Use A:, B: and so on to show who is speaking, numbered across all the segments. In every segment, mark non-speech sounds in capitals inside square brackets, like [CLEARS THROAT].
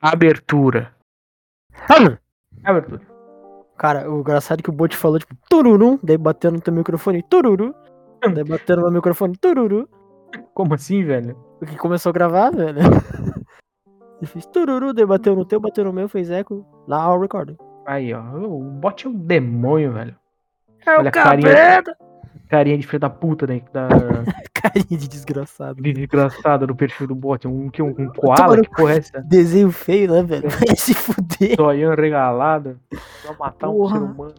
A: Abertura.
B: Ah, não.
A: Abertura.
B: Cara, o engraçado é que o Bot falou, tipo, tururu, daí bateu no teu microfone, tururu. Daí bateu no meu microfone, tururu.
A: Como assim, velho?
B: Porque começou a gravar, velho. [LAUGHS] E fez tururu, daí bateu no teu, bateu no meu, fez eco. Now recording.
A: Aí, ó. O bot é um demônio, velho.
B: É
A: Olha a carinha- Carinha de filha da puta, né? Da
B: [LAUGHS]
A: [LAUGHS]
B: Carinha de desgraçado.
A: de desgraçada do perfil do bot. Um, que- um koala? Que porra é essa?
B: Desenho feio, né, velho? [LAUGHS] Vai se fuder.
A: Zoião regalado. Pra matar um
B: Porra.
A: ser humano.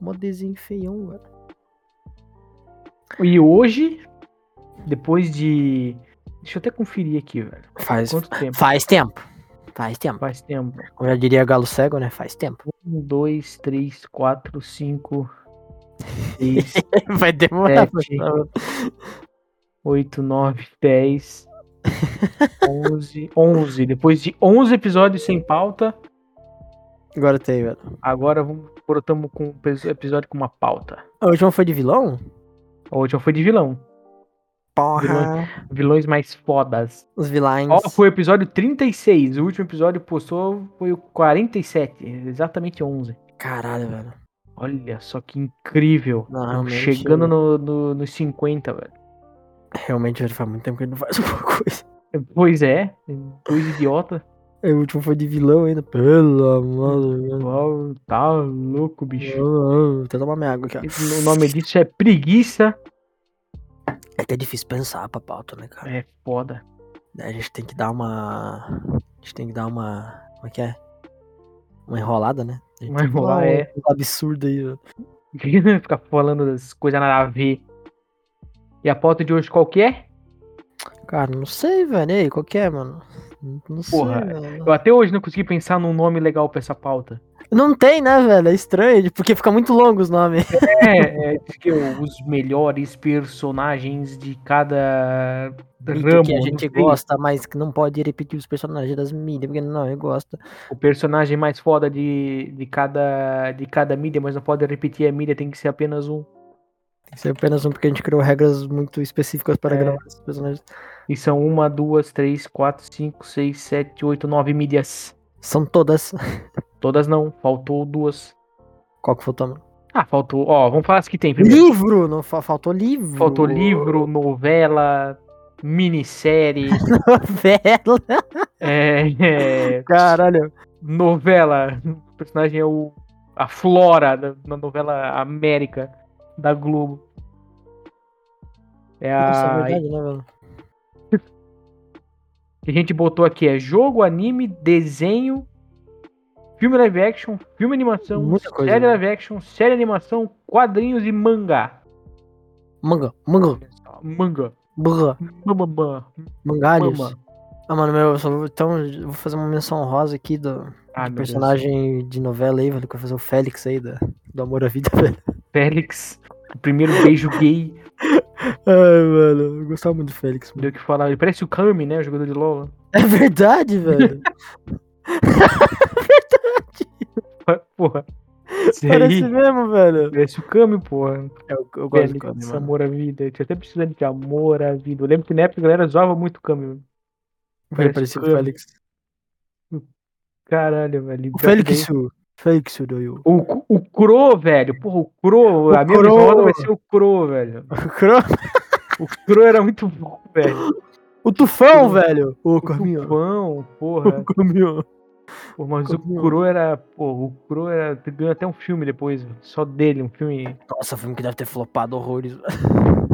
B: Mó desenho feião, velho.
A: E hoje, depois de. Deixa eu até conferir aqui, velho.
B: Faz,
A: Quanto tempo?
B: faz tempo. Faz tempo.
A: Faz tempo.
B: Como já diria Galo Cego, né? Faz tempo. [LAUGHS]
A: Um, dois, três, quatro, cinco, seis,
B: Vai demorar.
A: Sete.
B: pra-
A: 8, 9, 10, 11, 11. Depois de 11 episódios sem pauta,
B: Agora tem, velho.
A: agora vamos brotamos com um pes- episódio com uma pauta.
B: A última foi de vilão?
A: A última foi de vilão. Vilões mais fodas.
B: Os vilões.
A: Ó, foi o episódio 36. O último episódio postou foi o 47. Exatamente 11.
B: Caralho, velho.
A: Olha só que incrível.
B: Não, realmente-
A: Chegando no, no- nos 50, velho.
B: Realmente, velho, faz muito tempo que ele não faz [LAUGHS] alguma coisa.
A: Pois é. Dois idiota.
B: Aí O último foi de vilão ainda. Pelo amor de Deus.
A: Ó, Tá louco, bicho.
B: Vou até tomar minha água aqui, ó.
A: O nome disso é preguiça.
B: É até difícil pensar pra pauta, né, cara?
A: É foda. [LAUGHS] É.
B: Daí A gente tem que dar uma. A gente tem que dar uma. Como é que é? Uma enrolada, né? A gente
A: Uma
B: tem que
A: enrolada,
B: falar
A: é.
B: Um absurdo aí, velho.
A: Ficar falando das coisas nada a ver. E a pauta de hoje qual que é?
B: Cara, não sei, velho. E aí, qual que é, mano? Não- Não sei,
A: Porra,
B: velho.
A: Eu até hoje não consegui pensar num nome legal pra essa pauta.
B: Não tem, né, velho? É estranho, porque fica muito longo os nomes.
A: É, [LAUGHS] é diz que o- os melhores personagens de cada
B: Mito
A: ramo.
B: que a
A: não
B: gente
A: sei.
B: gosta, mas que não pode repetir os personagens das mídias, porque não, eu gosto.
A: O personagem mais foda de, de, cada, de cada mídia, mas não pode repetir a mídia, tem que ser apenas um.
B: Tem que ser apenas um, porque a gente criou regras muito específicas para
A: É.
B: gravar esses personagens.
A: E são uma, duas, três, quatro, cinco, seis, sete, oito, nove mídias.
B: São todas. [LAUGHS]
A: Todas não, faltou duas.
B: Qual que faltou, mano?
A: Ah, faltou. Ó, vamos falar as que tem primeiro.
B: Livro! Não, fa- faltou livro.
A: Faltou livro, novela, minissérie,
B: [LAUGHS] Novela.
A: é, é,
B: Caralho.
A: novela. O personagem é o, a Flora da, na novela América da Globo. É
B: Nossa, é
A: a
B: verdade, né, velho?
A: que a gente botou aqui é jogo, anime, desenho, filme live action, filme animação,
B: Muita coisa,
A: série
B: né?
A: live action, série animação, quadrinhos e mangá.
B: Manga, manga,
A: Mangá.
B: burra,
A: Mamamã.
B: mangalhos.
A: Mama.
B: Ah, mano, meu, eu só vou, então, eu vou fazer uma menção rosa aqui do
A: Ah, meu Deus.
B: personagem de novela aí, velho, que vai fazer o Félix aí, da, do Amor à Vida, [LAUGHS] velho.
A: Félix. O primeiro beijo gay
B: Ai, mano, eu gostava muito do Félix, mano.
A: Deu o que falar. Ele parece o Kami, né? O jogador de LoL.
B: É verdade, velho.
A: [LAUGHS] Porra. Esse
B: Parece
A: aí,
B: mesmo, velho.
A: parece o Kami, porra.
B: Eu, eu gosto do Kami,
A: Félix,
B: mano.
A: amor à vida. Eu tinha até precisando de amor à vida. Eu lembro que na época a galera zoava muito o Kami.
B: Ele parecia o
A: Kami.
B: Félix.
A: Caralho, velho.
B: O Félix, o Félix do [LAUGHS] Yu.
A: O, o Cro, velho. Porra, o Cro.
B: O
A: a minha
B: Cro.
A: roda vai ser o Cro, velho. O Cro era muito bom, velho.
B: O Tufão,
A: O-
B: velho. [LAUGHS] O é.
A: O
B: Caminho.
A: Tufão, porra.
B: [LAUGHS] O Caminho.
A: Pô, mas o
B: Caminho.
A: Cro era. Pô, o Cro era. Ganhou até um filme depois, velho. só dele, um filme.
B: Nossa, filme que deve ter flopado horrores.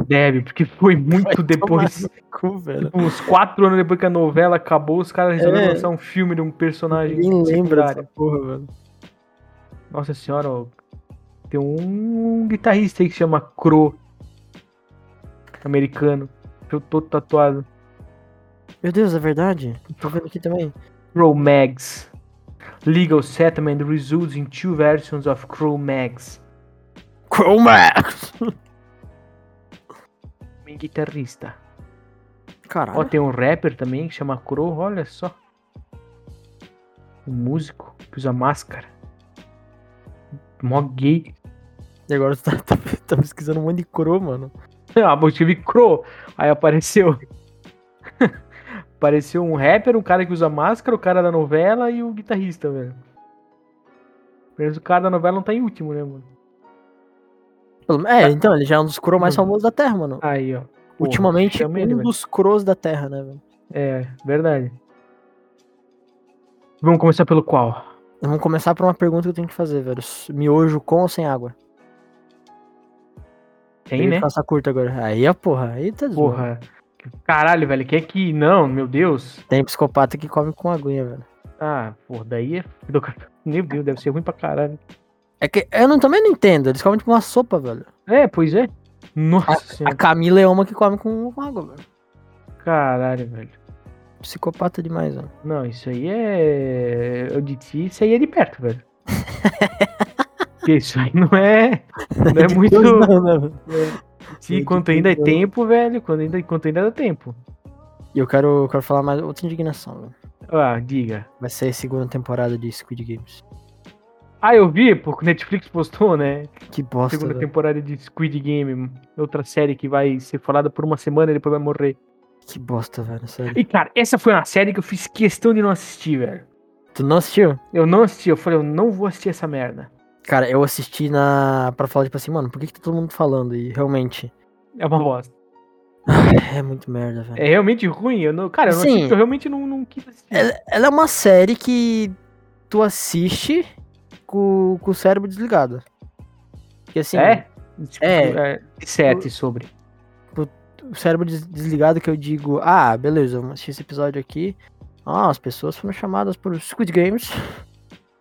A: Deve, porque foi muito depois.
B: Tomar no cu, é velho.
A: Uns quatro anos depois que a novela acabou, os caras resolveram
B: É.
A: lançar um filme de um personagem.
B: Ninguém lembra dessa
A: secundário.
B: porra, velho.
A: Nossa senhora, ó, tem um guitarrista aí que chama Cro. Americano. Eu tô tatuado.
B: Meu Deus, é verdade? Tô vendo aqui também.
A: Crow Mags. Legal settlement results in two versions of Crow Mags.
B: Chromax!
A: Homem guitarrista. Ó,
B: Caralho.
A: tem um rapper também que chama Crow, olha só. Um músico que usa máscara. Mó gay. [LAUGHS]
B: E agora tu tá, tá, tá pesquisando um monte de cro, mano.
A: Ah, mas eu escrevi Crow, aí [LAUGHS] apareceu. Pareceu um rapper, um cara que usa máscara, o cara da novela e o guitarrista, velho. Pelo menos o cara da novela não tá em último, né, mano?
B: Pelo- É, então, ele já é um dos crows mais famosos da Terra, mano.
A: Aí, ó. Porra,
B: Ultimamente, um
A: chama ele, velho.
B: dos crows da Terra, né, velho?
A: É, verdade. Vamos começar pelo qual?
B: Vamos começar por uma pergunta que eu tenho que fazer, velho. Miojo com ou sem água?
A: Tem, né?
B: Passar curta "Tá agora. Aí a porra, aí tá zoando.
A: Porra. Caralho, velho, quem é que. Não, meu Deus.
B: Tem psicopata que come com aguinha, velho.
A: Ah, porra, daí é. Meu Deus, deve ser ruim pra caralho.
B: É que eu não, também não entendo. Eles comem tipo uma sopa, velho.
A: É, pois é. Nossa
B: A
A: senhora.
B: Camila é uma que come com, com água, velho.
A: Caralho, velho.
B: Psicopata demais, velho.
A: Não, isso aí é. Eu disse, isso aí é de perto, velho. Porque isso aí não é. Não
B: [LAUGHS]
A: é muito.
B: Não, né, velho?
A: Se quanto ainda é tempo, velho. Quando ainda, quanto ainda dá tempo.
B: E eu quero, quero falar mais outra indignação, velho.
A: Ah, diga.
B: Vai ser a segunda temporada de Squid Games.
A: Ah, eu vi, porque o Netflix postou, né?
B: Que bosta,
A: Segunda
B: velho.
A: temporada de Squid Game, outra série que vai ser falada por uma semana e depois vai morrer.
B: Que bosta, velho, sério.
A: E cara, essa foi uma série que eu fiz questão de não assistir, velho.
B: Tu não assistiu?
A: Eu não assisti, eu falei, eu não vou assistir essa merda.
B: Cara, eu assisti na. pra falar, tipo assim, mano, por que, que tá todo mundo falando? E realmente.
A: É uma bosta.
B: É muito merda, velho.
A: É realmente ruim, eu não, cara, eu não
B: Sim.
A: assisti, eu realmente não, não quis assistir.
B: Ela, ela é uma série que tu assiste com, com o cérebro desligado. Porque assim,
A: É?
B: É.
A: Sete sobre.
B: o cérebro des- desligado que eu digo, ah, beleza, vamos assistir esse episódio aqui. Ah, as pessoas foram chamadas por Squid Games.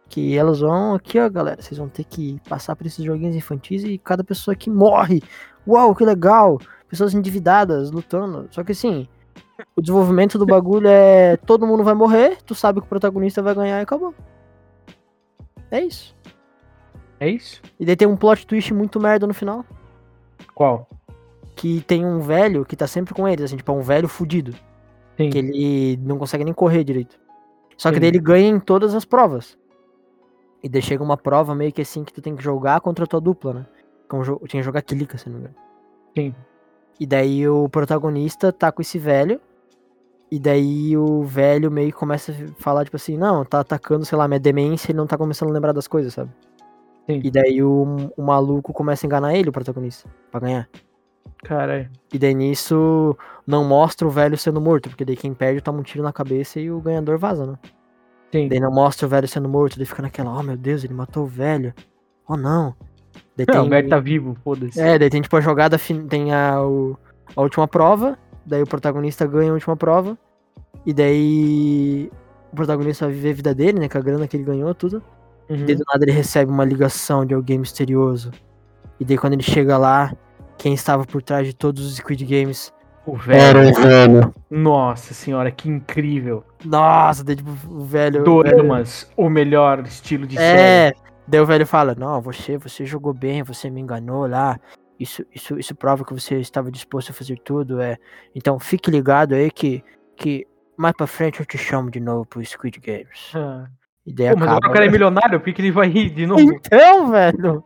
B: Que elas vão aqui, ó, galera. Vocês vão ter que passar por esses joguinhos infantis e cada pessoa aqui morre. Uau, que legal! Pessoas endividadas, lutando. Só que assim, o desenvolvimento do bagulho é todo mundo vai morrer, tu sabe que o protagonista vai ganhar e acabou. É isso.
A: É isso?
B: E daí tem um plot twist muito merda no final.
A: Qual?
B: Que tem um velho que tá sempre com eles, assim, tipo, é um velho fudido.
A: Sim.
B: que ele não consegue nem correr direito. Só que
A: Sim.
B: daí ele ganha em todas as provas. E daí chega uma prova meio que assim que tu tem que jogar contra a tua dupla, né? Que é um jogo- tinha que jogar Kilika, se não me engano.
A: Sim.
B: E daí o protagonista tá com esse velho. E daí o velho meio que começa a falar, tipo assim, não, tá atacando, sei lá, minha demência, ele não tá começando a lembrar das coisas, sabe?
A: Sim.
B: E daí o, o maluco começa a enganar ele, o protagonista, pra ganhar.
A: Caralho.
B: E daí nisso não mostra o velho sendo morto, porque daí quem perde toma um tiro na cabeça e o ganhador vaza, né?
A: Sim.
B: Daí não mostra o velho sendo morto, daí fica naquela, oh meu Deus, ele matou o velho. Oh não. Daí
A: Não, o
B: tem-
A: Bert tá vivo, foda-se.
B: É, daí tem tipo a jogada, fin- tem a, o- a última prova, daí o protagonista ganha a última prova, e daí o protagonista vai viver a vida dele, né, com a grana que ele ganhou, tudo.
A: Uhum.
B: Daí do nada ele recebe uma ligação de alguém misterioso. E daí quando ele chega lá, quem estava por trás de todos os Squid Games
A: O
B: era
A: velho.
B: um velho.
A: Nossa senhora, que incrível.
B: Nossa, daí tipo, o velho. o velho-
A: Dormas, o melhor estilo de série.
B: É. Daí o velho fala: Não, você, você jogou bem, você me enganou lá. Isso, isso, isso prova que você estava disposto a fazer tudo. É. Então fique ligado aí que, que mais pra frente eu te chamo de novo pro Squid Games.
A: Ah.
B: E daí
A: Pô, mas agora
B: acaba. né?
A: o cara é milionário, por que, que ele vai ir [LAUGHS] de novo?
B: Então, velho.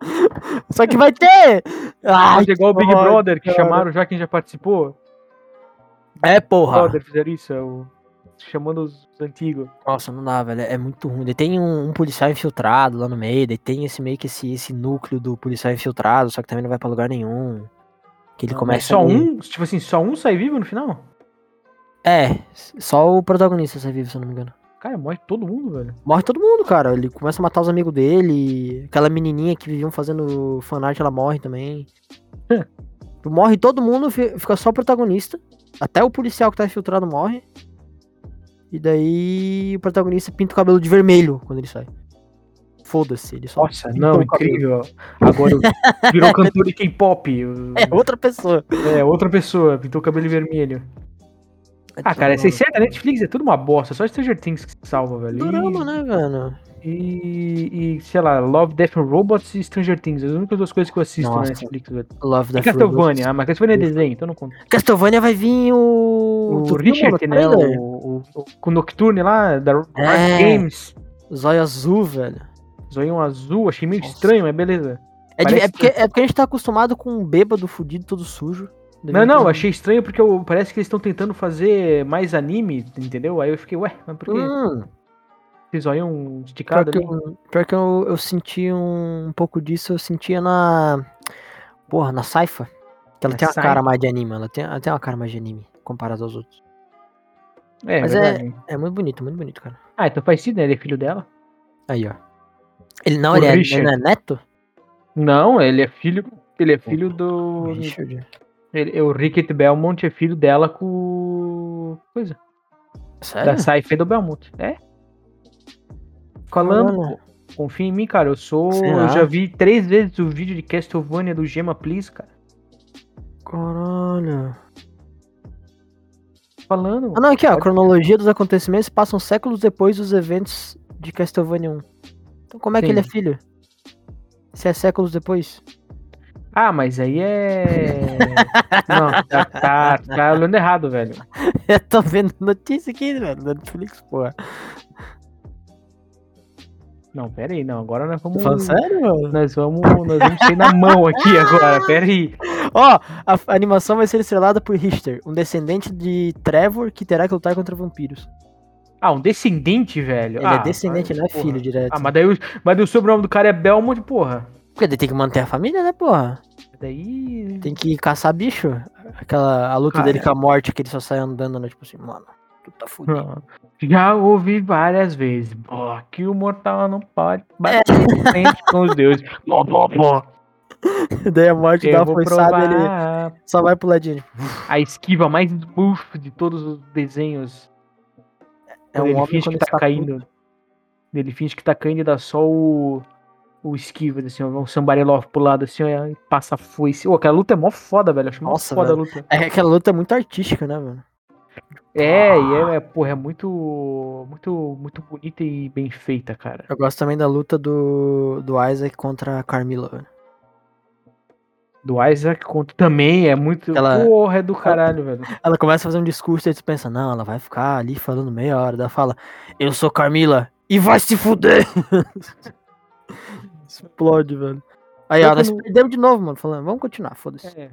B: Só que vai ter. Ah,
A: Mas é igual o Big
B: ódio,
A: Brother, que
B: cara.
A: chamaram já quem já participou.
B: É,
A: Big
B: porra.
A: Brother fizeram isso, é o- chamando os os antigos.
B: Nossa, não dá, velho. É muito ruim. Daí tem um, um policial infiltrado lá no meio, daí tem esse meio que esse, esse núcleo do policial infiltrado, só que também não vai pra lugar nenhum. Que ele
A: Mas
B: começa.
A: só
B: a-
A: um, tipo assim, só um sai vivo no final?
B: É, s- só o protagonista sai vivo, se eu não me engano.
A: Cara, morre todo mundo, velho.
B: Morre todo mundo, cara. Ele começa a matar os amigos dele. Aquela menininha que viviam fazendo fanart, ela
A: [LAUGHS]
B: morre também. morre todo mundo, fi- fica só o protagonista. Até o policial que tá infiltrado morre. E daí o protagonista pinta o cabelo de vermelho quando ele sai. Foda-se, ele só.
A: Nossa, então
B: pintou
A: não,
B: o cabelo.
A: incrível. Agora [LAUGHS] virou cantor de K-pop.
B: [LAUGHS] É outra pessoa.
A: É, outra pessoa, pintou o cabelo vermelho.
B: É
A: Ah, cara, essa série da Netflix é tudo uma bosta. Só Stranger Things que salva, velho.
B: Dorama, né, velho?
A: E, e, sei lá, Love, Death and Robots e Stranger Things. As únicas duas coisas que eu assisto
B: Nossa.
A: na Netflix, velho.
B: Love
A: E
B: the
A: Castlevania. Ah, mas Castlevania é desenho, então não conta.
B: Castlevania vai vir o.
A: O
B: tu viu, mano,
A: Richard, né?
B: trailer?
A: O, o, o, o Nocturne lá, da Riot
B: É.
A: Games.
B: Zóio azul, velho.
A: Zoião azul, achei meio
B: Nossa.
A: estranho, mas beleza.
B: É, de-
A: Parece
B: é porque, é porque a gente tá acostumado com um bêbado fudido todo sujo.
A: Não, não, achei estranho porque eu- parece que eles estão tentando fazer mais anime, entendeu? Aí eu fiquei, ué, mas por que
B: Hum,
A: vocês olham esticado
B: pior que,
A: ali?
B: eu, pior que eu, eu senti um, pouco disso, eu sentia na. Porra, na Saifa. Que ela
A: Na
B: tem uma
A: Sypha.
B: cara mais de anime, ela tem, ela tem uma cara mais de anime, comparado aos outros.
A: É,
B: mas
A: verdade.
B: É muito bonito, muito bonito, cara.
A: Ah, então faz sentido, né? Ele é filho dela?
B: Aí, ó. Ele não,
A: O
B: ele, é, ele
A: Richard.
B: não é neto?
A: Não, ele é filho. Ele é filho
B: O
A: do.
B: Richard.
A: Ele, o Ricket Belmont é filho dela com. Coisa. Da
B: Sério?
A: Saifa e do Belmont. É? Falando, pô. Confia em mim, cara. Eu sou.
B: Será?
A: Eu já vi três vezes o vídeo de Castlevania do Gema Please, cara.
B: Caralho.
A: Falando.
B: Ah, não, aqui, ó. A cronologia dos acontecimentos passam séculos depois dos eventos de Castlevania 1. Então, como é que
A: Sim.
B: ele é filho? Se é séculos depois? [LAUGHS]
A: Ah, mas aí é. Não, tá, tá, tá olhando errado, velho.
B: Eu tô vendo notícia aqui, velho, da Netflix, porra.
A: Tá Não, pera aí, não. Agora nós
B: Tô
A: vamos.
B: Tá falando sério, mano?
A: Nós vamos. Nós vamos sair na mão aqui agora, pera aí.
B: Ó, a f- a animação vai ser estrelada por Richter, um descendente de Trevor que terá que lutar contra vampiros.
A: Ah, um descendente, velho.
B: Ele
A: ah,
B: é descendente,
A: mas,
B: não é
A: porra.
B: filho direto.
A: Ah, mas daí, o- mas daí o sobrenome do cara é Belmont, porra.
B: Porque ele tem que manter a família, né, porra?
A: Daí.
B: Tem que caçar bicho. Aquela a luta
A: Cara.
B: dele com a morte que ele só sai andando, né? Tipo assim, mano, tu tá fudido.
A: Não. [LAUGHS] Já ouvi várias vezes. Ó, que o tá mortal não pode bater de frente [LAUGHS] com os deuses. Bló, bló, bló.
B: [LAUGHS] Daí a morte
A: Ah.
B: dá
A: Eu
B: uma
A: vou
B: forçada, ele
A: provar
B: só vai pro ladinho. tipo,
A: a esquiva mais buff de todos os desenhos.
B: É
A: Ele
B: um homem
A: finge
B: quando
A: que
B: está
A: tá caindo. Ele finge que tá caindo e dá só o. O esquiva, assim, ó, um sambarelov pro lado, assim, ó, e passa a foice. Ô, aquela luta é mó foda, velho. Acho mó
B: Nossa,
A: foda a luta.
B: É que aquela luta é muito artística, né, mano?
A: É, e é, é, porra, é muito, muito, muito bonita e bem feita, cara.
B: Eu gosto também da luta do, do Isaac contra a Carmilla, velho.
A: Do Isaac contra também é muito,
B: Aquela-
A: porra, é do caralho, velho.
B: Ela começa a fazer um discurso e tu pensa, não, ela vai ficar ali falando meia hora. Ela fala, eu sou Carmila e vai se fuder. [LAUGHS] Explode, velho. Aí,
A: Eu
B: ó,
A: que
B: nós
A: não-
B: perdemos de novo, mano. Falando, vamos continuar, foda-se.
A: É.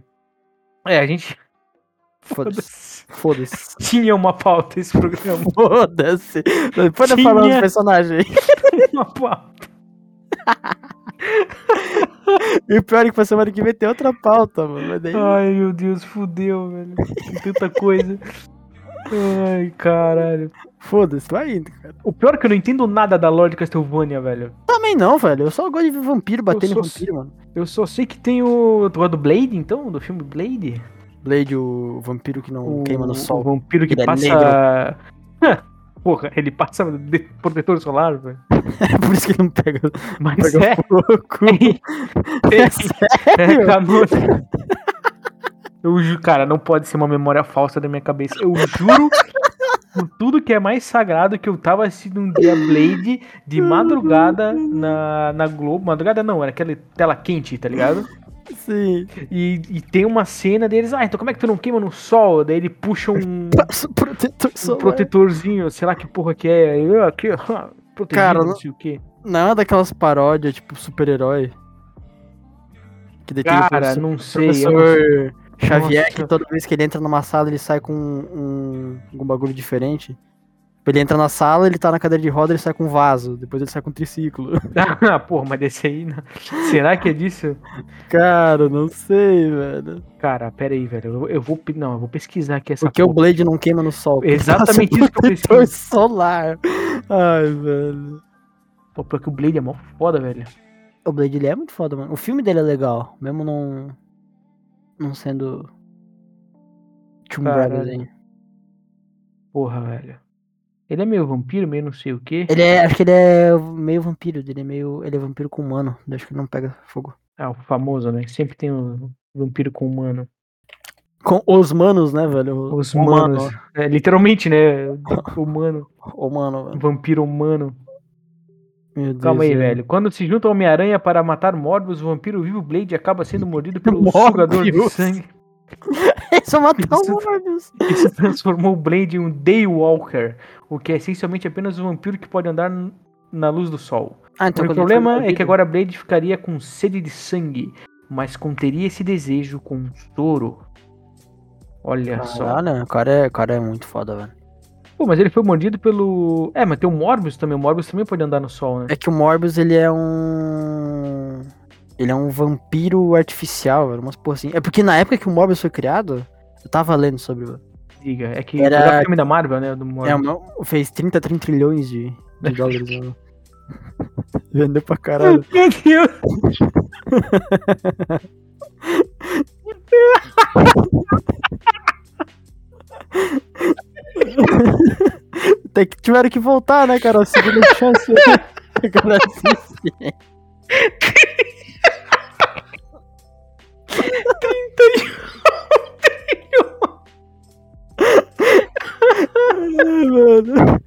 A: É, a gente
B: [LAUGHS] Foda-se. Foda-se. [LAUGHS]
A: tinha uma pauta esse programa,
B: Foda-se. Depois nós falamos do
A: Tinha.
B: personagem. aí.
A: uma
B: [LAUGHS]
A: pauta.
B: E o pior é que pra semana que vem tem outra pauta, mano. Mas daí...
A: Ai, meu Deus, fudeu, velho. Tem tanta coisa. Ai, caralho.
B: Foda-se, vai indo. cara.
A: O pior é que eu não entendo nada da lore de Castlevania, velho.
B: Também não, velho. Eu só gosto de ver vampiro batendo em
A: sou-
B: vampiro, mano.
A: Eu só sei que tem o. Tu gosta do Blade, então? Do filme Blade?
B: Blade, o vampiro que não queima no
A: O
B: sol. [LAUGHS]
A: vampiro que
B: Ele é
A: passa. [LAUGHS] Porra, ele passa de- protetor solar, velho.
B: É por isso que ele não pega,
A: Mas
B: pega
A: é.
B: fogo.
A: é,
B: sério?
A: é canudo. Eu ju- cara, não pode ser uma memória falsa da minha cabeça. Eu juro por tudo que é mais sagrado que eu tava assistindo um dia Blade de madrugada na, na Globo. Madrugada não, era aquela tela quente, tá ligado?
B: [LAUGHS] Sim.
A: E, e tem uma cena deles, ah, então como é que tu não queima no sol? Daí ele puxa um.
B: Passa o protetor
A: um
B: solar.
A: protetorzinho, sei lá que porra que é. Eu aqui, ó, protegido,
B: Cara,
A: não
B: não-
A: sei o quê.
B: Não é daquelas paródias, tipo, super-herói. Que detém o
A: Cara,
B: um professor,
A: não sei. eu não sei.
B: professor Xavier,
A: Nossa.
B: que toda vez que ele entra numa sala, ele sai com um, um, um bagulho diferente. Tipo, Ele entra na sala, ele tá na cadeira de roda, ele sai com um vaso. Depois ele sai com um triciclo. [LAUGHS]
A: [LAUGHS] Ah, porra, mas desse aí. não- Será que é disso?
B: Cara, não sei, velho.
A: Cara, pera aí, velho. Eu, eu vou. pe- Não, eu vou pesquisar aqui essa
B: Porque o
A: porra.
B: Blade não queima no sol. porque
A: Exatamente
B: passa
A: isso que eu
B: [LAUGHS] protetor
A: preciso.
B: solar. Ai, velho.
A: Pô, porque o Blade é mó foda, velho.
B: O Blade ele é muito foda, mano. O filme dele é legal, mesmo não. Não sendo. Tomb assim.
A: Caralho.
B: Raiderzinho.
A: Porra, velho. Ele é meio vampiro, meio não sei o quê.
B: Ele é. Acho que ele é meio vampiro, ele é meio. Ele é vampiro com humano. daí Acho que ele não pega fogo.
A: Ah, o famoso, né? Sempre tem um vampiro com humano.
B: Com os manos, né, velho?
A: Os humanos. É, literalmente, né? Humano.
B: Humano, velho.
A: Vampiro humano.
B: Meu Deus,
A: Calma aí,
B: velho.
A: velho. Quando se junta Homem-Aranha para matar Morbius, o vampiro vivo Blade acaba sendo
B: [LAUGHS]
A: mordido pelo
B: Morbius.
A: sugador de sangue
B: Só matar
A: [LAUGHS] Isso.
B: o Morbius.
A: que se transformou o Blade em um Daywalker, o que é essencialmente apenas um vampiro que pode andar n- na luz do sol.
B: Ah, então.
A: o
B: quando ele foi
A: problema é
B: mordido-
A: que agora Blade ficaria com sede de sangue, mas conteria esse desejo com um soro. Olha só.
B: Ah, não, o cara, é, o cara é muito foda, velho.
A: Pô, mas ele foi mordido pelo. É, mas tem o Morbius também. O Morbius também pode andar no sol, né?
B: É que o Morbius, ele é um. Ele é um vampiro artificial, velho. Umas porra assim. É porque na época que o Morbius foi criado, eu tava lendo sobre. velho.
A: Diga. É que
B: Era-
A: Era... o filme da Marvel, né? Do
B: É,
A: Morbius.
B: uma- fez 30, 30 trilhões de, de dólares, velho. Vendeu pra caralho.
A: Meu Deus!
B: Até que tiveram que voltar, né, cara? A segunda chance. O cara assiste. 31 mano.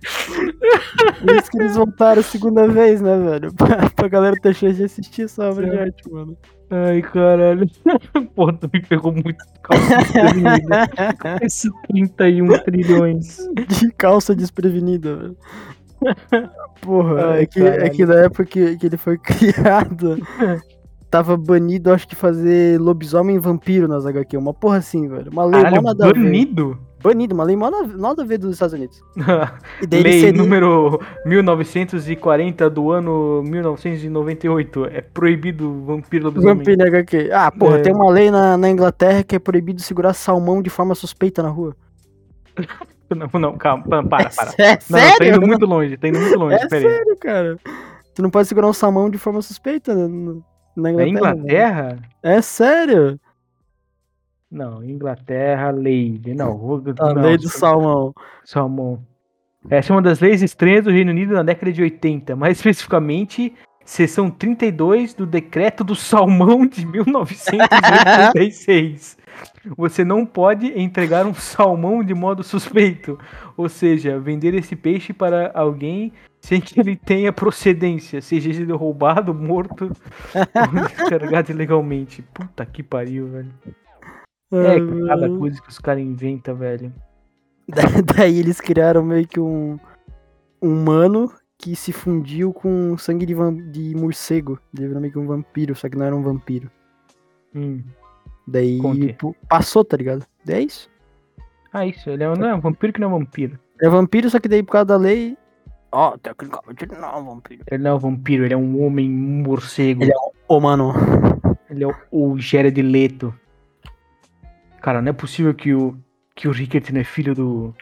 B: Por isso que eles voltaram a segunda vez, né, velho? [LAUGHS] Pra, pra galera ter chance de assistir essa obra de arte, mano.
A: Ai, caralho. [LAUGHS] Pô, tu me pegou muito calça desprevenida. né? Esse 31 trilhões.
B: [LAUGHS] De calça desprevenida,
A: [LAUGHS]
B: velho. Porra,
A: Ai,
B: é, que, é
A: caralho.
B: que na época que, que ele foi [LAUGHS] criado, tava banido, acho que fazer lobisomem vampiro nas HQ. Uma porra assim, velho. Uma lei mó
A: Caralho,
B: nada a ver.
A: banido?
B: Banido, uma lei mó na- nada a ver dos
A: [LAUGHS]
B: Estados Unidos. E daí ele
A: Lei
B: seria.
A: número 1940 do ano 1998. É proibido o vampiro lobisomem.
B: Vampiro em HQ. Ah, porra,
A: É.
B: tem uma lei na, na Inglaterra que é proibido segurar salmão de forma suspeita na rua.
A: Não, não, calma, pa-
B: [LAUGHS]
A: para, para.
B: É,
A: Não, não, tá
B: sério? [LAUGHS]
A: indo muito longe, tá indo muito longe,
B: é
A: peraí.
B: sério, cara. Tu não pode segurar um salmão de forma suspeita né? na, na
A: Na
B: Inglaterra.
A: É
B: velho.
A: Inglaterra?
B: É sério.
A: Não, Inglaterra, lei. né? Não, vou-
B: A
A: não,
B: lei do
A: sal-
B: salmão.
A: salmão. Essa é uma das leis estranhas do Reino Unido na década de 80, mais [LAUGHS] especificamente, seção 32 do Decreto do Salmão de 1986. Você não pode entregar um salmão de modo suspeito, ou seja, vender esse peixe para alguém sem que ele tenha procedência, seja ele roubado, morto ou [LAUGHS] descarregado ilegalmente. Puta que pariu, velho. É, cada coisa que os caras inventam, velho.
B: hum. [LAUGHS] Da- Daí eles criaram meio que um um humano que se fundiu com sangue de, vam- de morcego. Ele virou meio que um vampiro, só que não era um vampiro.
A: Hum.
B: Daí
A: Com o quê?
B: pô, passou, tá ligado? Daí é isso.
A: Ah, isso. Ele é um, não, é um vampiro que não é um vampiro.
B: É vampiro, só que daí por causa da lei. Ó, tecnicamente ele não é um vampiro.
A: Ele não é um vampiro, ele é um homem morcego.
B: Ele
A: Ele
B: Ô, mano.
A: é, o, o Jared Leto. Cara, não é possível que o, que o Rickert não é filho do.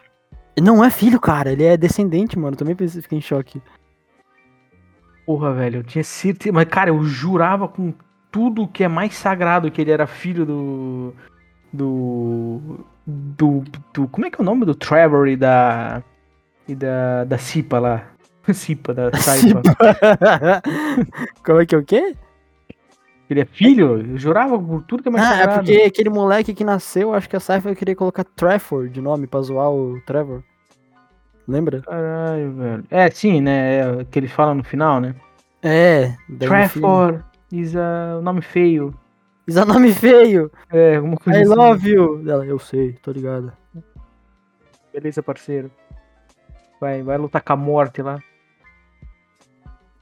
B: ele Não é filho, cara. Ele é descendente, mano. Também pensei- fiquei em choque. [LAUGHS]
A: Porra, velho, eu tinha certeza. Mas, cara, eu jurava com tudo que é mais sagrado que ele era filho do. Do. Do. do como é que é o nome do Trevor e da. E da. Da Cipa lá. [LAUGHS] Cipa, da Saipa.
B: Como é que é o quê?
A: Ele é filho? Eu jurava por tudo que é mais
B: Ah,
A: sagrado.
B: é porque aquele moleque que nasceu, acho que a Saifa queria colocar Trevor de nome pra zoar o Trevor. Lembra?
A: Caralho, velho. É, sim, né? É o que eles falam no final, né?
B: É, daí no fim-
A: Trevor is a... o nome feio.
B: Isso é nome feio.
A: É, alguma coisa
B: I
A: assim.
B: love you. Ela, eu sei, tô ligado.
A: Beleza, parceiro. Vai, vai lutar com a morte lá.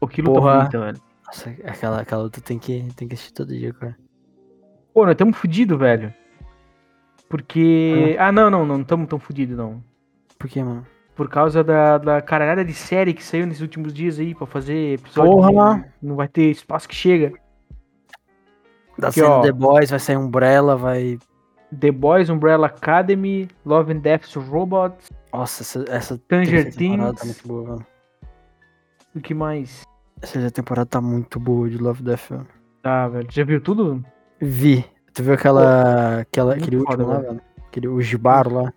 A: Pô, que luta
B: Porra.
A: bonita, velho.
B: Nossa, aquela, aquela luta tem que, tem que assistir todo dia, cara.
A: Pô, nós estamos fudidos, velho. Porque... Ah, não, não, não estamos tão fudidos, não.
B: Por que, mano?
A: Por causa da, da caralhada de série que saiu nesses últimos dias aí pra fazer episódio.
B: Porra,
A: que
B: mano.
A: Não vai ter espaço que chega.
B: Da
A: Aqui,
B: cena
A: ó.
B: The Boys, vai sair Umbrella, vai.
A: The Boys, Umbrella Academy, Love and Death's Robots,
B: Nossa, essa, essa
A: Tanger
B: terceira temporada tá
A: Things.
B: muito boa, mano.
A: O que mais?
B: Essa terceira temporada tá muito boa de Love Death. Mano.
A: Tá, velho. Já viu tudo?
B: Vi. Tu viu aquela. aquela
A: Muito
B: aquele último
A: foda,
B: lá, velho? Aquele, o Jibaro lá,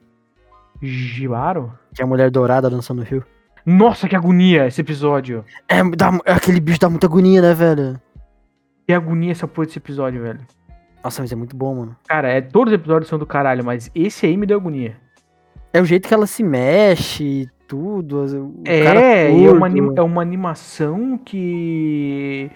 A: Gibaro?
B: que é a mulher dourada dançando no rio.
A: Nossa, que agonia esse episódio.
B: É, dá, mu- aquele bicho dá muita agonia, né, velho?
A: Que agonia essa porra desse episódio, velho.
B: Nossa, mas é muito bom, mano.
A: Cara, é, todos os episódios são do caralho, mas esse aí me deu agonia.
B: É o jeito que ela se mexe e tudo. as- O cara
A: É, e é uma,
B: todo.
A: anima- é uma animação que.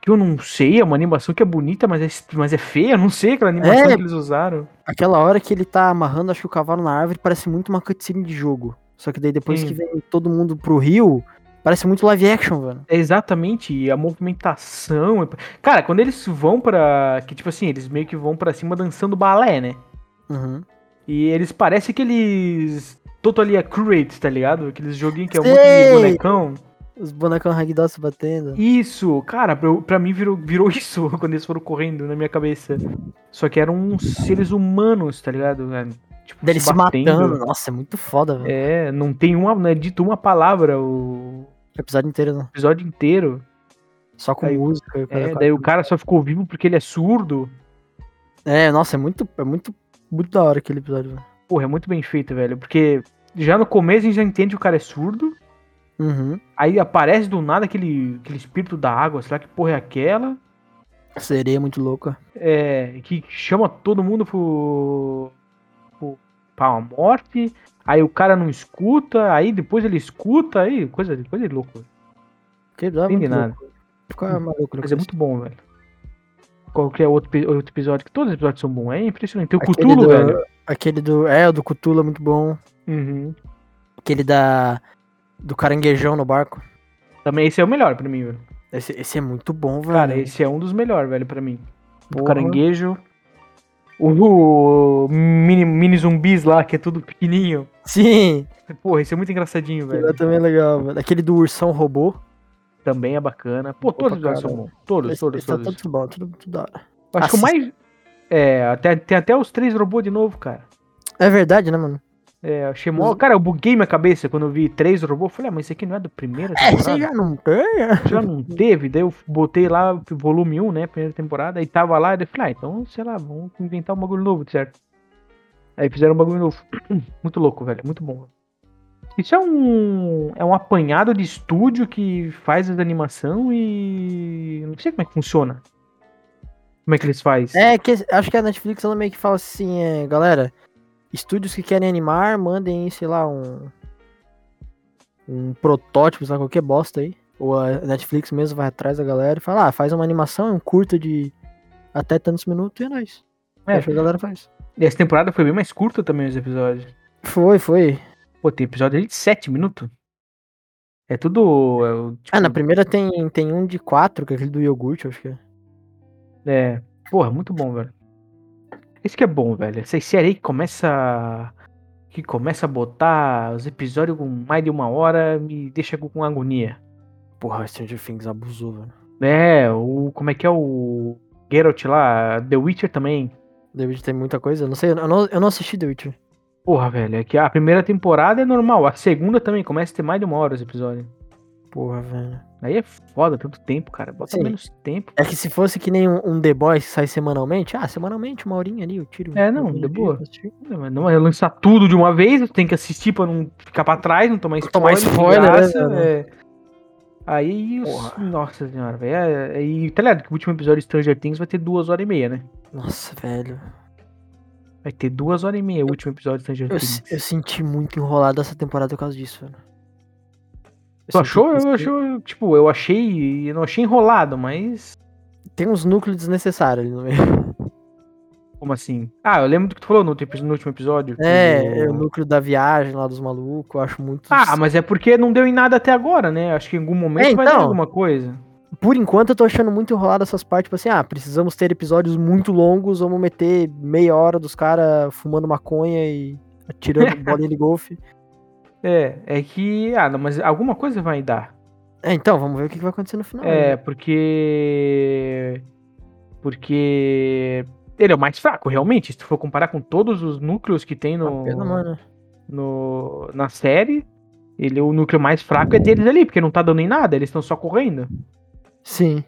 A: Que eu não sei, é uma animação que é bonita, mas é, est- mas é feia, eu não sei aquela animação
B: É.
A: que eles usaram.
B: Aquela hora que ele tá amarrando, acho que o cavalo na árvore parece muito uma cutscene de jogo. Só que daí depois
A: Sim.
B: que vem todo mundo pro rio, parece muito live action, velho.
A: É exatamente a movimentação. é- Cara, quando eles vão pra. Que tipo assim, eles meio que vão pra cima dançando balé, né?
B: Uhum.
A: E eles parecem aqueles Totally Accurate, tá ligado? Aqueles joguinhos que é um monte
B: Sei!
A: de bonecão.
B: Os bonecão ragdoll se batendo.
A: Isso, cara, pra, eu- pra mim virou, virou [LAUGHS] isso quando eles foram correndo na minha cabeça. Só que eram uns seres humanos, tá ligado? velho? Tipo,
B: Deles se
A: batendo.
B: matando. Nossa, é muito foda, velho.
A: É, não tem uma, não é dito uma palavra o
B: O episódio inteiro, não.
A: episódio inteiro.
B: Só com
A: Aí-
B: música. e o
A: É,
B: caralho.
A: daí o cara só ficou vivo porque ele é surdo.
B: É, nossa, é muito, é muito, muito da hora aquele episódio, velho.
A: Porra, é muito bem feito, velho. Porque já no começo a gente já entende que o cara é surdo.
B: Uhum.
A: Aí aparece do nada aquele, aquele espírito da água, será que porra é aquela?
B: A Sereia é muito louca.
A: É, que chama todo mundo pro, pro, pra uma morte. Aí o cara não escuta, aí depois ele escuta, aí coisa, coisa de louco.
B: Que episódio é muito
A: Entendi nada.
B: louco. Fica maluco, né,
A: Mas é
B: com
A: muito bom, velho. Qual que é outro, pe- outro episódio? Que todos os episódios são bons, é impressionante. Tem o
B: Aquele
A: Cthulhu,
B: do-
A: velho.
B: Aquele do. É, o do Cutula é muito bom.
A: Uhum.
B: Aquele da. Do caranguejão no barco.
A: Também esse é o melhor pra mim, velho.
B: Esse, esse é muito bom, velho.
A: Cara, esse é um dos melhores, velho, pra mim. O
B: Porra.
A: caranguejo. O mini, mini zumbis lá, que é tudo pequenininho.
B: [LAUGHS] Sim,
A: Porra, esse é muito engraçadinho,
B: aquele lá
A: velho.
B: também é legal, velho. Aquele do ursão robô.
A: Também é bacana. Pô, todos os
B: Opa,
A: episódios são
B: cara.
A: bons. Todos,
B: Esse-
A: todos,
B: esse tá
A: todos.
B: tudo bom, tudo, tudo da hora.
A: Acho que o mais... É, até, tem até os três robôs de novo, cara.
B: É verdade, né, mano?
A: É, achei mó... Cara, eu buguei minha cabeça quando eu vi três robôs. Eu Falei, ah, mas isso aqui não é do primeiro
B: É, você já não tem?
A: já não teve, daí eu botei lá o volume 1, né, primeira temporada, e tava lá, e daí eu falei, ah, então, sei lá, vamos inventar um bagulho novo, certo? Aí fizeram um bagulho novo. [CLEARS THROAT] muito louco, velho, muito bom. Isso é um é um apanhado de estúdio que faz as animação e eu não sei como é que funciona. Como é que eles fazem?
B: É, que acho que a Netflix ela meio que fala assim, é, galera, estúdios que querem animar, mandem, sei lá, um. Um protótipo, sei lá, qualquer bosta aí. Ou a Netflix mesmo vai atrás da galera e fala, ah, faz uma animação, um curta de até tantos minutos e é nóis.
A: É.
B: Acho que a galera faz.
A: E essa temporada foi bem mais curta também os episódios.
B: Foi, foi.
A: Pô, tem episódio ali de 7 minutos. É tudo. é o-
B: Ah, na
A: tipo,
B: primeira tem, tem um de quatro, que é aquele do iogurte, eu acho que é.
A: É. Porra, muito bom, velho. Isso que é bom, velho. Essa série aí que começa. Que começa a botar os episódios com mais de uma hora me deixa com com agonia.
B: Porra, Stranger Things abusou, velho.
A: É, o. Como é que é o. Geralt lá, The Witcher também.
B: The Witcher tem muita coisa. Eu não sei, eu não, eu não assisti The Witcher.
A: Porra, velho, é que a primeira temporada é normal, a segunda também começa a ter mais de uma hora os episódios.
B: Porra, velho.
A: Aí é foda, tanto tempo, cara. Bota
B: Sim.
A: menos tempo.
B: É que se fosse que nem um, um The Boys que sai semanalmente, ah, semanalmente, uma horinha ali, eu tiro.
A: É, não,
B: um
A: de
B: dia
A: boa.
B: pra assistir.
A: Não, mas não é lançar tudo de uma vez, tu tem que assistir pra não ficar pra trás, não tomar
B: Não tomar
A: spoiler.
B: spoiler,
A: de
B: né,
A: graça,
B: mano?
A: é. Aí, os-
B: Porra.
A: nossa senhora, velho. é- é- E tá ligado que o último episódio de Stranger Things vai ter duas horas e meia, né?
B: Nossa, velho.
A: Vai ter duas horas e meia o último episódio de Stranger
B: Eu,
A: Things.
B: se- eu senti muito enrolado essa temporada por causa disso, velho. Eu
A: Tu
B: senti
A: achou?
B: que
A: Assim, Eu achou, tipo, eu achei, eu não achei enrolado, mas
B: Tem uns núcleos desnecessários ali no
A: [LAUGHS]
B: meio.
A: como assim? Ah, eu lembro do que tu falou no, outro epi- no último episódio. que
B: É, é
A: o-
B: o núcleo da viagem lá dos malucos, eu acho muito.
A: Ah, mas é porque não deu em nada até agora, né? Acho que em algum momento vai dar
B: então.
A: alguma coisa.
B: Por enquanto eu tô achando muito enrolado essas partes, tipo assim, ah, precisamos ter episódios muito longos, vamos meter meia hora dos caras fumando maconha e
A: [LAUGHS]
B: atirando bolinha de golfe.
A: É, é que, ah, não, mas alguma coisa vai dar.
B: É, então, vamos ver o que que vai acontecer no final. né?
A: É, porque. Porque. Ele é o mais fraco, realmente. Se tu for comparar com todos os núcleos que tem
B: Uma
A: no,
B: pena, mano.
A: no- na série, ele o núcleo mais fraco é deles ali, porque não tá dando em nada, eles estão só correndo.
B: Sim.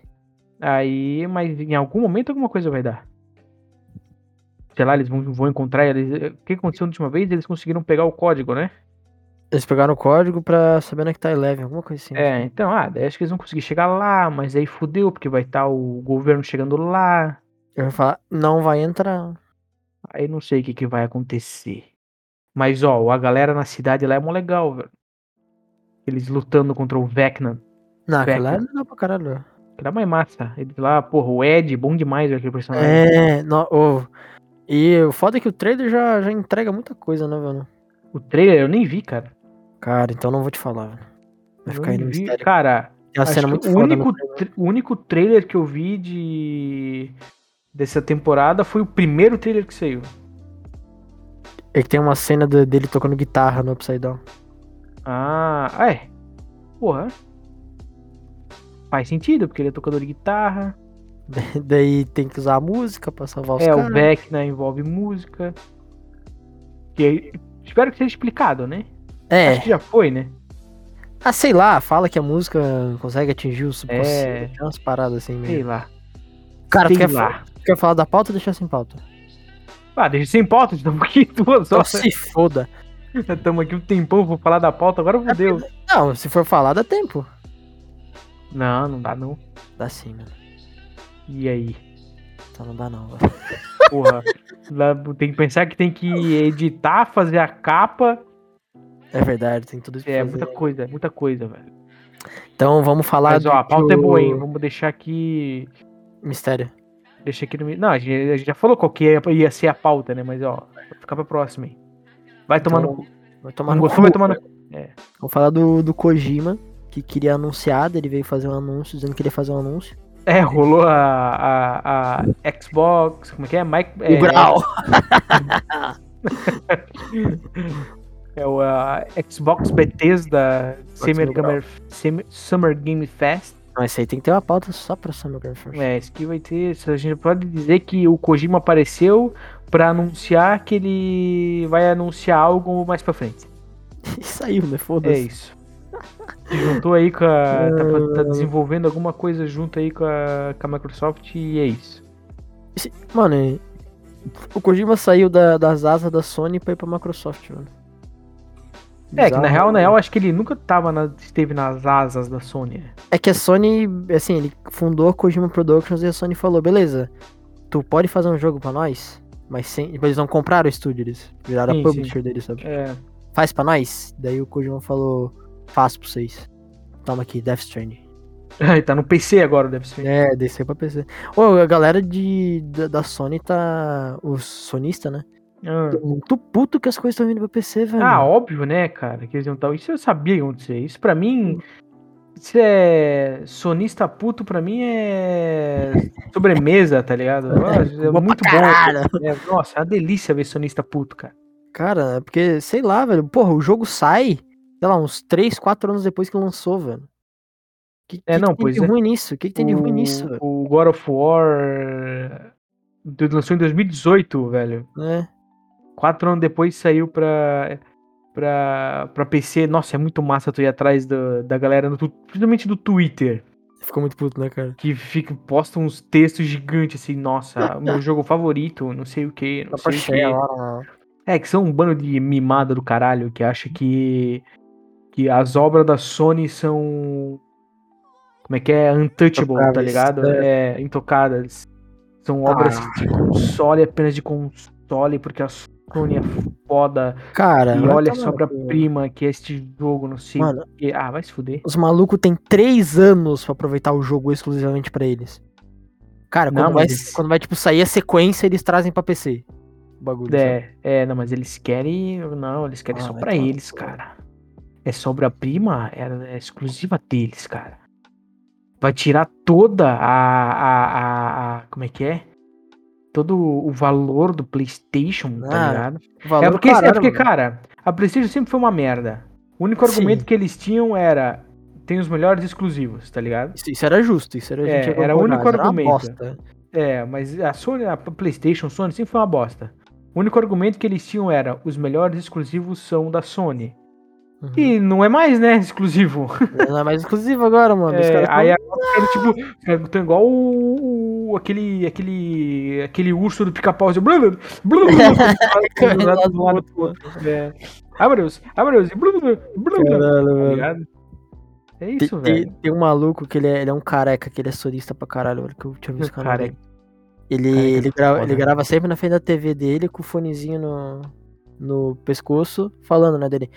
A: Aí, mas em algum momento alguma coisa vai dar. Sei lá, eles vão, vão encontrar. Eles, eh, o que aconteceu na última vez? Eles conseguiram pegar o código, né?
B: Eles pegaram o código pra saber onde é que tá Eleven, alguma coisa assim.
A: É, então, ah, daí acho que eles vão conseguir chegar lá, mas aí fudeu, porque vai estar o governo chegando lá.
B: Eu vou falar, não vai entrar.
A: Aí não sei o que, que vai acontecer. Mas ó, a galera na cidade lá é mó legal, velho. Eles lutando contra o Vecna.
B: Não, aquela
A: Becker.
B: lá não dá pra caralho.
A: Que dá mais massa. Eles lá, porra, o Ed, bom demais velho, aquele personagem.
B: É, no, ô. E o foda é que o trailer já, já entrega muita coisa, né, velho?
A: O trailer eu nem vi, cara.
B: Cara, então não vou te falar, velho. Vai
A: Eu
B: ficar aí no
A: nem vi.
B: mistério.
A: Cara,
B: Tem uma
A: acho
B: cena
A: que
B: muito
A: o,
B: foda no
A: único,
B: trailer.
A: tra- o único trailer que eu vi de dessa temporada foi o primeiro trailer que saiu.
B: É que tem uma cena do- dele tocando guitarra no Upside Down. [LAUGHS]
A: Ah, é. Porra. Faz sentido, porque ele é tocador de guitarra.
B: Daí tem que usar a música pra salvar os
A: é,
B: caras.
A: o Beck, né? Envolve música. Que aí- espero que seja explicado, né? Acho
B: É.
A: que já foi, né?
B: Ah, sei lá, fala que a música consegue atingir o subconsciente.
A: É.
B: tem Umas paradas assim
A: Sei
B: meio.
A: lá.
B: Cara, tu
A: Sei
B: quer,
A: lá.
B: tu quer falar da pauta ou deixar sem pauta?
A: Ah, deixa sem pauta, estamos aqui [LAUGHS] duas
B: Só
A: horas.
B: Então, se foda.
A: Estamos aqui um tempão, vou falar da pauta, agora fodeu.
B: Não, se for falar, dá tempo.
A: Não, não dá não.
B: Dá sim, mano.
A: E aí?
B: Então não dá não. [LAUGHS]
A: Porra. Lá, tem que pensar que tem que editar, fazer a capa.
B: É verdade, tem tudo isso pra
A: É
B: fazer.
A: muita coisa, é muita coisa, velho.
B: Então vamos falar
A: Mas ó, a
B: do-
A: pauta é
B: do
A: boa, hein? Vamos deixar aqui.
B: Mistério.
A: Deixa aqui no. meio- Não, a gente, a gente já falou qual que ia, ia ser a pauta, né? Mas ó, vai ficar pra próxima, hein? Vai tomar
B: Então,
A: no cu.
B: Vai tomar
A: Não
B: no
A: gostou,
B: cu.
A: vai tomar no cu.
B: Vamos falar do, do Kojima, que queria anunciar, daí ele veio fazer um anúncio, dizendo que ele ia fazer um anúncio.
A: É, rolou a, a, a Xbox. Como é que é? Mike, é, É o a Xbox Bethesda Summer,
B: Grau.
A: Gamer, Summer- Summer Game Fest.
B: Mas isso aí tem que ter uma pauta só pra Summer Girl Fest.
A: É, isso que vai ter. isso A gente pode dizer que o Kojima apareceu pra anunciar que ele vai anunciar algo mais pra frente.
B: E [LAUGHS] saiu, né?
A: É
B: Foda-se.
A: isso. Se juntou aí com a.
B: Ah.
A: Tá, pra- tá desenvolvendo alguma coisa junto aí com a, com a Microsoft e é isso.
B: Esse- Mano, e- o Kojima saiu da- das asas da Sony pra ir pra Microsoft, mano.
A: É, que na
B: Bizarro,
A: real, na
B: né?
A: real, acho que ele nunca tava na- esteve nas asas da Sony. né?
B: É que a Sony, assim, ele fundou a Kojima Productions e a Sony falou, beleza, tu pode fazer um jogo pra nós, mas sem... tipo, Eles não compraram o estúdio, eles viraram
A: Sim,
B: a
A: sim.
B: publisher deles, sabe?
A: É,
B: Faz pra nós? Daí o Kojima falou, faço pra vocês. Toma aqui, Death Stranding.
A: ele tá no PC agora, deve ser.
B: É, desceu pra PC. Ô, a galera de, da, da Sony tá... Os sonista, né?
A: Ah.
B: Tô muito puto que as coisas estão vindo pra PC, velho.
A: Ah, óbvio, né, cara, que eles iam tal. Isso eu sabia que ia acontecer. Isso pra mim. Se é sonista puto, pra mim é sobremesa, tá ligado? Ah, É,
B: bom pra
A: muito
B: caralho.
A: bom. É, nossa, é uma delícia ver sonista puto, cara.
B: Cara, é porque, sei lá, velho. Porra, o jogo sai, sei lá, uns 3, 4 anos depois que lançou, velho. Que,
A: É,
B: que
A: não,
B: que
A: pois
B: tem
A: é.
B: de ruim nisso? O que, que tem de ruim nisso, velho?
A: O God of War do- lançou em 2018, velho.
B: Né?
A: Quatro anos depois saiu pra, pra, pra PC. Nossa, é muito massa tu ir atrás da, da galera, no tu- principalmente do Twitter.
B: Ficou muito puto, né, cara?
A: que fica, posta uns textos gigantes assim,
B: [LAUGHS]
A: nossa, meu jogo favorito, não sei o que,
B: Tá
A: não sei o que. É, que são um bando de mimada do caralho que acha que, que as obras da Sony são. Como é que é? Untouchable, tá
B: Intocáveis, né?
A: ligado? É, intocadas. São obras
B: Ah.
A: de console, apenas de console, porque a Sony é foda.
B: Cara,
A: e
B: vai
A: olha
B: tomar
A: só
B: no
A: pra
B: cu, velho.
A: prima que é este jogo, não sei
B: tá né? Mano.
A: o que. Ah, vai se fuder.
B: Os malucos têm 3 anos pra aproveitar o jogo exclusivamente pra eles. Cara,
A: Não,
B: quando, vai,
A: mas-
B: quando vai, tipo, sair a sequência, eles trazem pra PC. O bagulho. sabe?
A: É, é, não, mas eles querem. Não, eles querem
B: Ah,
A: só
B: vai
A: pra
B: tomar no
A: eles, cara. É sobra-prima, é, é exclusiva deles, cara. Vai tirar toda a, a, a, a- Como é que é? Todo o valor do PlayStation, tá
B: Ah,
A: ligado?
B: O valor
A: é porque,
B: pararam,
A: é porque
B: mano.
A: cara, a PlayStation sempre foi uma merda. O único
B: Sim.
A: argumento que eles tinham era. Tem os melhores exclusivos, tá ligado?
B: Isso, isso era justo, isso era, a
A: É,
B: gente ia
A: era o
B: concordar,
A: único
B: era uma
A: argumento.
B: bosta.
A: É, mas a Sony, a PlayStation, Sony sempre foi uma bosta. O único argumento que eles tinham era os melhores exclusivos são da Sony.
B: Uhum.
A: E não é mais, né? Exclusivo.
B: Não é mais exclusivo agora, mano. Os
A: É,
B: caras tão- [LAUGHS]
A: aí agora ele, tipo, é, então, igual o, o- aquele, aquele, aquele urso do pica-pau. Assim, blum, blum, blum, blum, do lado do outro. É. Ai, meu Deus, ai, meu Deus, e blum, blum, blum, blum,
B: Caralho,
A: tá
B: velho.
A: ligado? É
B: Tem,
A: isso,
B: tem-
A: velho.
B: tem um maluco que ele é, ele é um careca, que ele é solista pra caralho, olha que eu tinha visto o canal
A: Cara,
B: dele. Ele,
A: careca
B: ele,
A: é
B: grava,
A: foda,
B: ele
A: né?
B: grava sempre na frente da TV dele com o fonezinho no, no pescoço, falando, né, dele.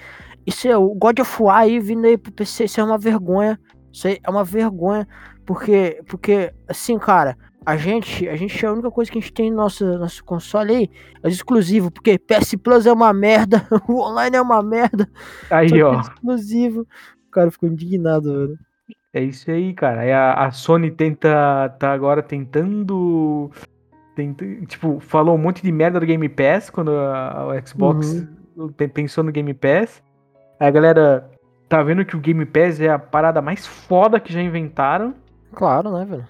B: Isso é o God of War aí vindo aí pro PC, isso é uma vergonha. Isso aí é uma vergonha, porque, porque assim, cara, a gente, a gente é a única coisa que a gente tem no nosso, nosso console aí é exclusivo, porque PS Plus é uma merda, [LAUGHS] o online é uma merda. Só
A: aí,
B: que é
A: ó.
B: Exclusivo. O cara ficou indignado, velho.
A: É isso aí, cara. Aí a, a Sony tenta. tá agora tentando Tem, tipo, falou um monte de merda do Game Pass quando a, o Xbox pe- pensou no Game Pass. A galera tá vendo que o Game Pass é a parada mais foda que já inventaram.
B: Claro, né, velho?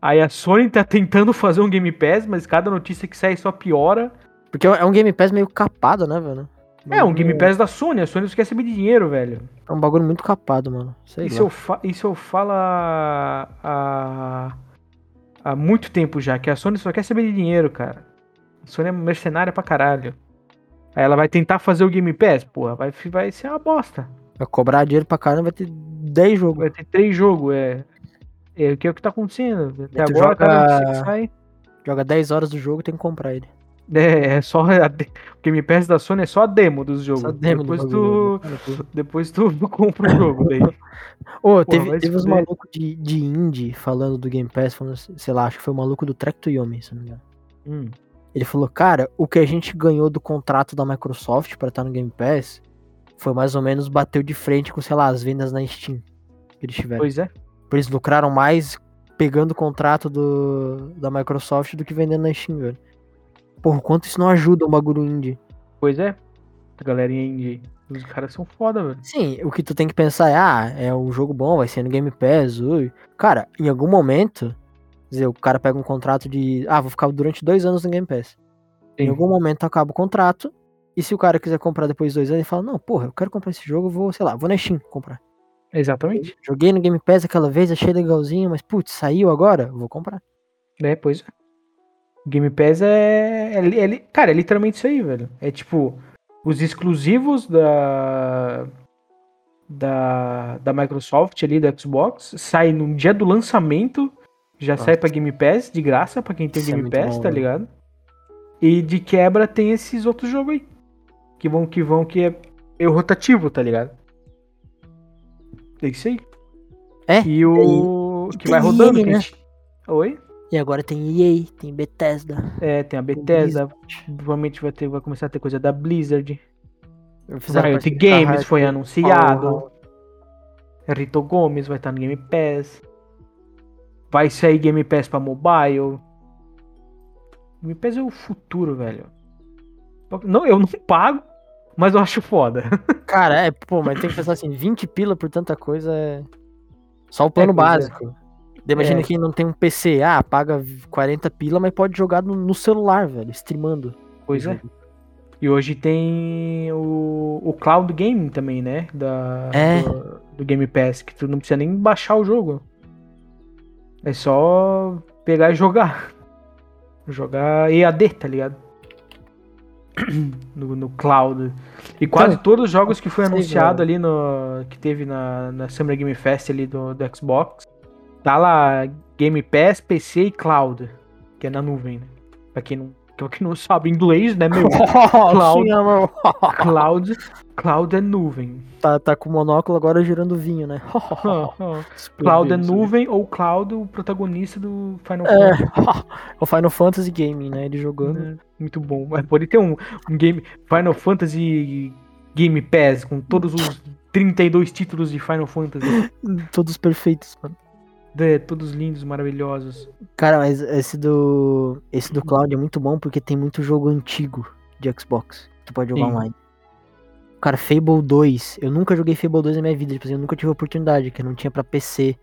A: Aí a Sony tá tentando fazer um Game Pass, mas cada notícia que sai só piora.
B: Porque é um Game Pass meio capado, né, velho?
A: É um Game Pass da Sony, a Sony só quer saber de dinheiro, velho.
B: É um bagulho muito capado, mano. Sei
A: Isso é
B: lá.
A: eu, fa isso eu falo há, há- há muito tempo já, que a Sony só quer saber de dinheiro, cara. A Sony é mercenária pra caralho. Aí ela vai tentar fazer o Game Pass, porra, vai, fi- vai ser uma bosta.
B: Vai cobrar dinheiro pra caramba, vai ter 10 jogos.
A: Vai ter três jogos, é. É o que é o que tá acontecendo. Até
B: Tu
A: agora,
B: joga-
A: cada notícia que sai.
B: Joga 10 horas do jogo, tem que comprar ele.
A: É, é só. a de- O Game Pass da Sony é só a demo dos jogos.
B: Essa demo
A: depois
B: do
A: tu.
B: bagulho, né? Cara,
A: Depois tu [LAUGHS] compra o jogo daí.
B: Ô,
A: Pô,
B: teve,
A: vai
B: teve uns
A: fuder.
B: malucos de, de indie falando do Game Pass, falando, assim, sei lá, acho que foi o maluco do Track to Yomi, se não me engano.
A: Hum.
B: Ele falou, cara, o que a gente ganhou do contrato da Microsoft pra estar no Game Pass foi mais ou menos bateu de frente com, sei lá, as vendas na Steam que eles tiveram.
A: Pois é.
B: Eles lucraram mais pegando o contrato do, da Microsoft do que vendendo na Steam, velho. Porra, quanto isso não ajuda um bagulho indie?
A: Pois é. A galerinha indie. Os caras são foda, velho.
B: Sim, o que tu tem que pensar é, ah, é um jogo bom, vai ser no Game Pass, ui. Cara, em algum momento, quer dizer, o cara pega um contrato de, ah, vou ficar durante dois anos no Game Pass. Em
A: Sim.
B: algum momento acaba o contrato, e se o cara quiser comprar depois de dois anos, ele fala, não, porra, eu quero comprar esse jogo, eu vou, sei lá, vou na Steam comprar.
A: Exatamente.
B: Joguei no Game Pass aquela vez, achei legalzinho, mas, putz, saiu agora, vou comprar.
A: É, pois é. Game Pass é, é, li- é li- Cara, é literalmente isso aí, velho. É tipo, os exclusivos da. Da, da Microsoft ali, do Xbox, sai no dia do lançamento, já sai pra Game Pass, de graça, pra quem tem
B: Isso é
A: Game
B: muito
A: Pass,
B: bom,
A: tá
B: velho.
A: ligado? E de quebra tem esses outros jogos aí. Que vão, que vão, que é, é o rotativo, tá ligado? É isso aí.
B: É,
A: E o.
B: e
A: Que vai
B: tem
A: rodando,
B: ele,
A: que a
B: né?
A: gente- Oi?
B: E agora tem EA, tem Bethesda.
A: É, tem a Bethesda, provavelmente vai, ter, vai começar a ter coisa da Blizzard. Riot
B: parceria com a
A: Games
B: Riot,
A: foi
B: né?
A: anunciado. É,
B: Falou.
A: Rito Gomes vai estar no Game Pass. Vai sair Game Pass pra mobile. Game Pass é o futuro, velho. Não, eu não pago, mas eu acho foda.
B: Cara, é, pô, mas tem que pensar assim, 20 pila por tanta coisa é. Só o plano
A: É, pois é.
B: básico. Daí Imagina
A: É.
B: quem não tem um PC, ah, paga 40 pila, mas pode jogar no, no celular, velho, streamando.
A: Pois é. E hoje tem o, o Cloud Gaming também, né? Da,
B: É.
A: do, do Game Pass, que tu não precisa nem baixar o jogo. É só pegar e jogar. [LAUGHS] Jogar EAD, tá ligado? No, no cloud. E quase todos os jogos que foi
B: sei,
A: anunciado ali no. que teve na, na Summer Game Fest ali do, do Xbox. Tá lá Game Pass, PC e Cloud. Que é na nuvem, né? Pra quem não, pra quem não sabe inglês, né, meu?
B: [LAUGHS] Cloud.
A: Cloud, cloud é [LAUGHS] nuvem.
B: [LAUGHS] tá, tá com o monóculo agora girando vinho, né? [LAUGHS]
A: Oh, [LAUGHS] Cloud é
B: Explodiu isso.
A: nuvem ou Cloud, o protagonista do Final
B: [LAUGHS] É,
A: Fantasy.
B: o Final Fantasy Gaming, né? Ele jogando.
A: né? Muito bom. Mas pode ter um, um game Final Fantasy Game Pass com todos os 32 títulos de Final Fantasy. [LAUGHS]
B: Todos perfeitos, mano.
A: né? todos lindos, maravilhosos.
B: Cara, mas esse do. Esse do Cloud é muito bom porque tem muito jogo antigo de Xbox. que Tu pode jogar
A: Sim.
B: online. Cara, Fable 2. Eu nunca joguei Fable 2 na minha vida. Tipo assim, eu nunca tive a oportunidade, que não tinha pra PC.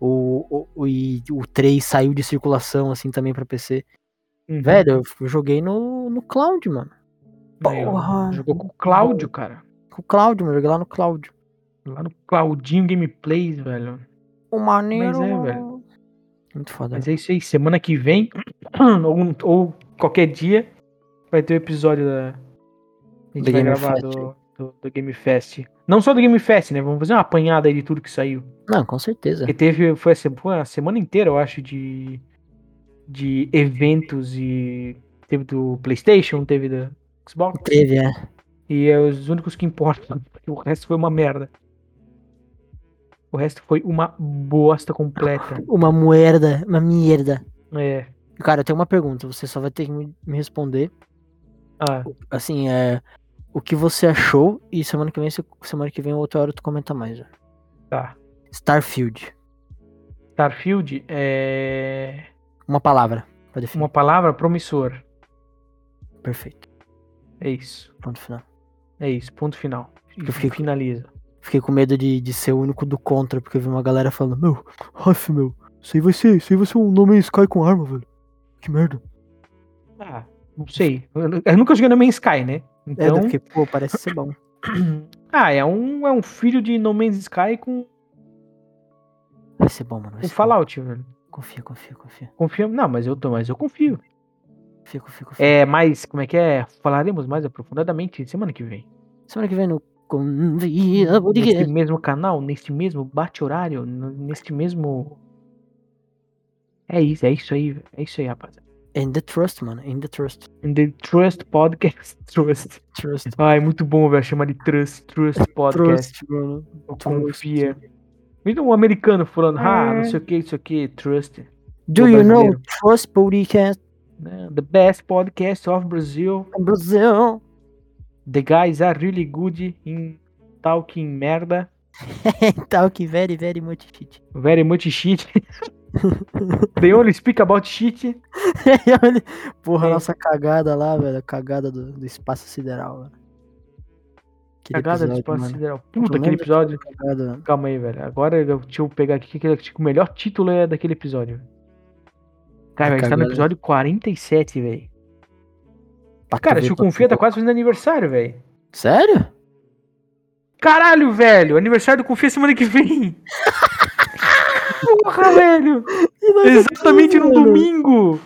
B: O, o, o, e o 3 saiu de circulação, assim, também pra PC.
A: Uhum.
B: Velho, eu f- joguei no, no Cloud, mano.
A: Aí, ó,
B: Porra.
A: Jogou com o Cláudio, cara.
B: Com o Cloud, mano. Joguei lá no Cloud.
A: Lá no Claudinho Gameplays, velho.
B: O maneiro.
A: Mas é,
B: mano.
A: velho.
B: Muito foda.
A: Mas é isso aí. Semana que vem, [CLEARS THROAT] ou, ou qualquer dia, vai ter o episódio da. A gente
B: Do
A: vai
B: Game
A: gravar
B: Fest.
A: do, do, do Game Fest. Não só do Game Fest, né? Vamos fazer uma apanhada aí de tudo que
B: É.
A: saiu.
B: Não, com certeza.
A: Porque teve. Foi a, se- foi a semana inteira, eu acho, de. De eventos e. Teve do PlayStation, teve da Xbox.
B: Teve, é.
A: E é os únicos que importam. [LAUGHS] porque O resto foi uma merda. O resto foi uma bosta
B: [LAUGHS]
A: completa.
B: Uma moerda. Uma merda.
A: É.
B: Cara, eu tenho uma pergunta, você só vai ter que me me responder.
A: Ah,
B: Assim, é. O que você achou e semana que vem, se- semana que vem, outra hora, tu comenta mais. Já.
A: tá.
B: Starfield.
A: Starfield é.
B: Uma palavra. Pra definir.
A: Uma palavra promissor.
B: Perfeito.
A: É isso.
B: Ponto final.
A: É isso. Ponto final.
B: Eu fiquei com-
A: Finaliza.
B: Fiquei com medo de, de ser o único do contra, porque eu vi uma galera falando, meu, Raf, meu, isso aí vai ser, isso aí vai ser um nome Sky com arma, velho. Que merda.
A: Ah, não sei. Eu, eu nunca joguei no Man's Sky, né?
B: É, daí
A: Então.
B: eu fiquei, pô, parece ser bom.
A: [CLEARS THROAT] ah, é um, é um filho de No Man's Sky com,
B: Vai ser bom, mano. Vai
A: com
B: ser
A: Fallout, velho.
B: bom. Confia, confia, confia.
A: Confio. Não, mas eu tô, mas eu confio.
B: Confia, confia, confia.
A: É, mas como é que é? Falaremos mais aprofundadamente semana que vem.
B: Semana que vem no Convia
A: Neste
B: Podcast.
A: mesmo canal, neste mesmo bate-horário, n- neste mesmo. É isso, é isso aí, é isso aí, rapaziada.
B: In the Trust, mano. In the Trust.
A: In The Trust Podcast. [LAUGHS] Trust.
B: Trust.
A: Ai, muito bom, velho. Chama de Trust, Trust Podcast.
B: Trust, mano.
A: Eu
B: Trust.
A: Confia. Me dá um americano falando, ah,
B: É.
A: não sei o que, isso aqui, Trust.
B: Do
A: Do
B: you know
A: brasileiro.
B: Trust Podcast
A: né? The best podcast of Brazil.
B: in Brazil? [LAUGHS]
A: The guys are really good in talking merda.
B: Talk Tá very, very much shit. [LAUGHS]
A: Very much shit. They only speak about shit.
B: Porra,
A: É.
B: nossa cagada lá, velho. A cagada do, do espaço sideral, velho. Aquele
A: Cagada de
B: episódio,
A: espaço
B: mano.
A: sideral.
B: Tu
A: Puta, aquele
B: lembra
A: episódio.
B: Cagada, mano.
A: Calma aí, velho. Agora eu, deixa eu pegar aqui que que o melhor título é daquele episódio. Cara, velho, a gente tá no
B: cagada.
A: episódio 47, velho.
B: Pra tu
A: Cara,
B: ver
A: se eu
B: quanto-
A: confia, tá quase fazendo aniversário, velho.
B: Sério?
A: Caralho, velho. Aniversário do Confia semana que vem. Porra, velho.
B: é
A: Exatamente no domingo.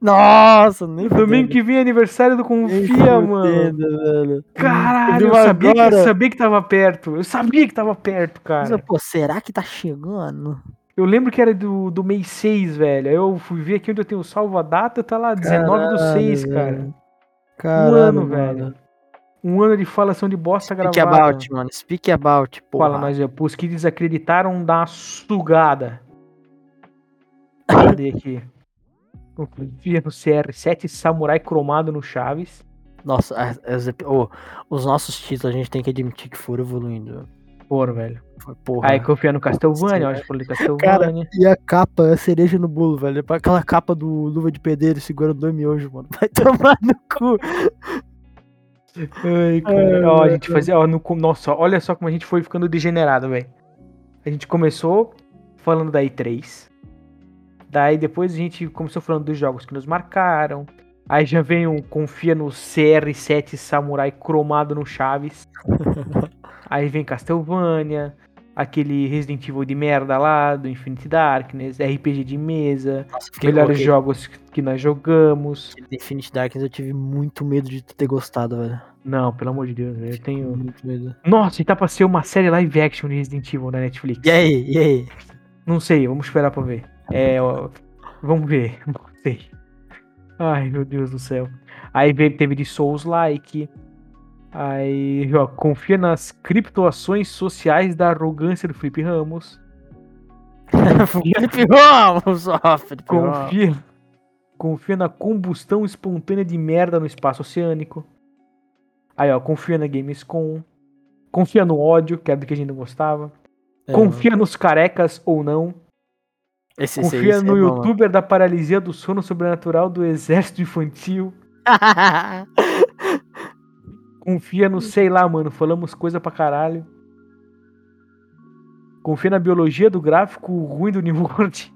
B: Nossa, nem
A: Domingo
B: fudendo.
A: que vem é aniversário do
B: Nem
A: Confia, mano.
B: fudendo, velho.
A: Caralho, eu
B: Viu
A: sabia, que, eu
B: agora?
A: sabia que tava perto. Eu sabia que tava perto, cara.
B: Mas, Pô, será que tá
A: Um
B: chegando?
A: Eu lembro que era do, do mês 6, velho. Aí Eu fui ver aqui onde eu tenho salvo a data, tá lá 19 do 6, cara. Um
B: velho. Caralho,
A: ano,
B: mano.
A: velho. Um ano de falação de bosta
B: Speak
A: gravada.
B: about, mano. Speak about, porra.
A: Fala, nós é pros que desacreditaram da sugada. Cadê aqui? O Confia no CR7 Samurai cromado no Chaves.
B: Nossa, as- as epi- ô, os nossos títulos a gente tem que admitir que foram evoluindo.
A: Porra, velho.
B: Foi, Porra.
A: Aí confia no Castlevania, eu acho que falei
B: Cara,
A: Castlevania.
B: e a capa, a cereja no bolo, velho. Aquela capa do Luva de Pedreiro segurando dois miojos, mano. [LAUGHS] Vai tomar no cu.
A: Ai,
B: Ai,
A: cara. Ó, a
B: meu
A: gente fazia. Ó, no, com- nossa, olha só como a gente foi ficando degenerado, velho. A gente começou falando da E3. Daí depois a gente começou falando dos jogos que nos marcaram. Aí já vem um Confia no CR7 Samurai cromado no [LAUGHS] Chaves. Aí vem Castlevania. Aquele Resident Evil de merda lá, do Infinity Darkness, RPG de mesa,
B: Nossa, fiquei
A: melhores
B: ok.
A: jogos que nós jogamos.
B: De Infinite Darkness eu tive muito medo de tu ter gostado, velho. Hum.
A: Não, pelo amor de Deus, eu tenho.
B: Muito medo.
A: Nossa, e tá pra ser uma série live action de Resident Evil na Netflix.
B: E aí, e aí? [LAUGHS]
A: Não sei, vamos esperar pra ver. É, ó, vamos ver. [LAUGHS] Não sei. Ai, meu Deus do céu. Aí veio- teve de Souls Like. Aí, ó, confia nas criptoações sociais da arrogância do Felipe Ramos.
B: Felipe Ramos, ó, Felipe Ramos.
A: [LAUGHS] Confia. Confia na combustão espontânea de merda no espaço oceânico. Aí, ó, confia na Gamescom. Confia no ódio, que era do que a gente não gostava.
B: É,
A: Confia nos carecas ou não.
B: esse- esse-
A: Confia
B: esse é
A: no
B: bom, mano.
A: youtuber da paralisia do sono sobrenatural do exército infantil. Confia no sei lá, mano. Falamos coisa pra caralho. Confia na biologia do gráfico ruim do Nimord.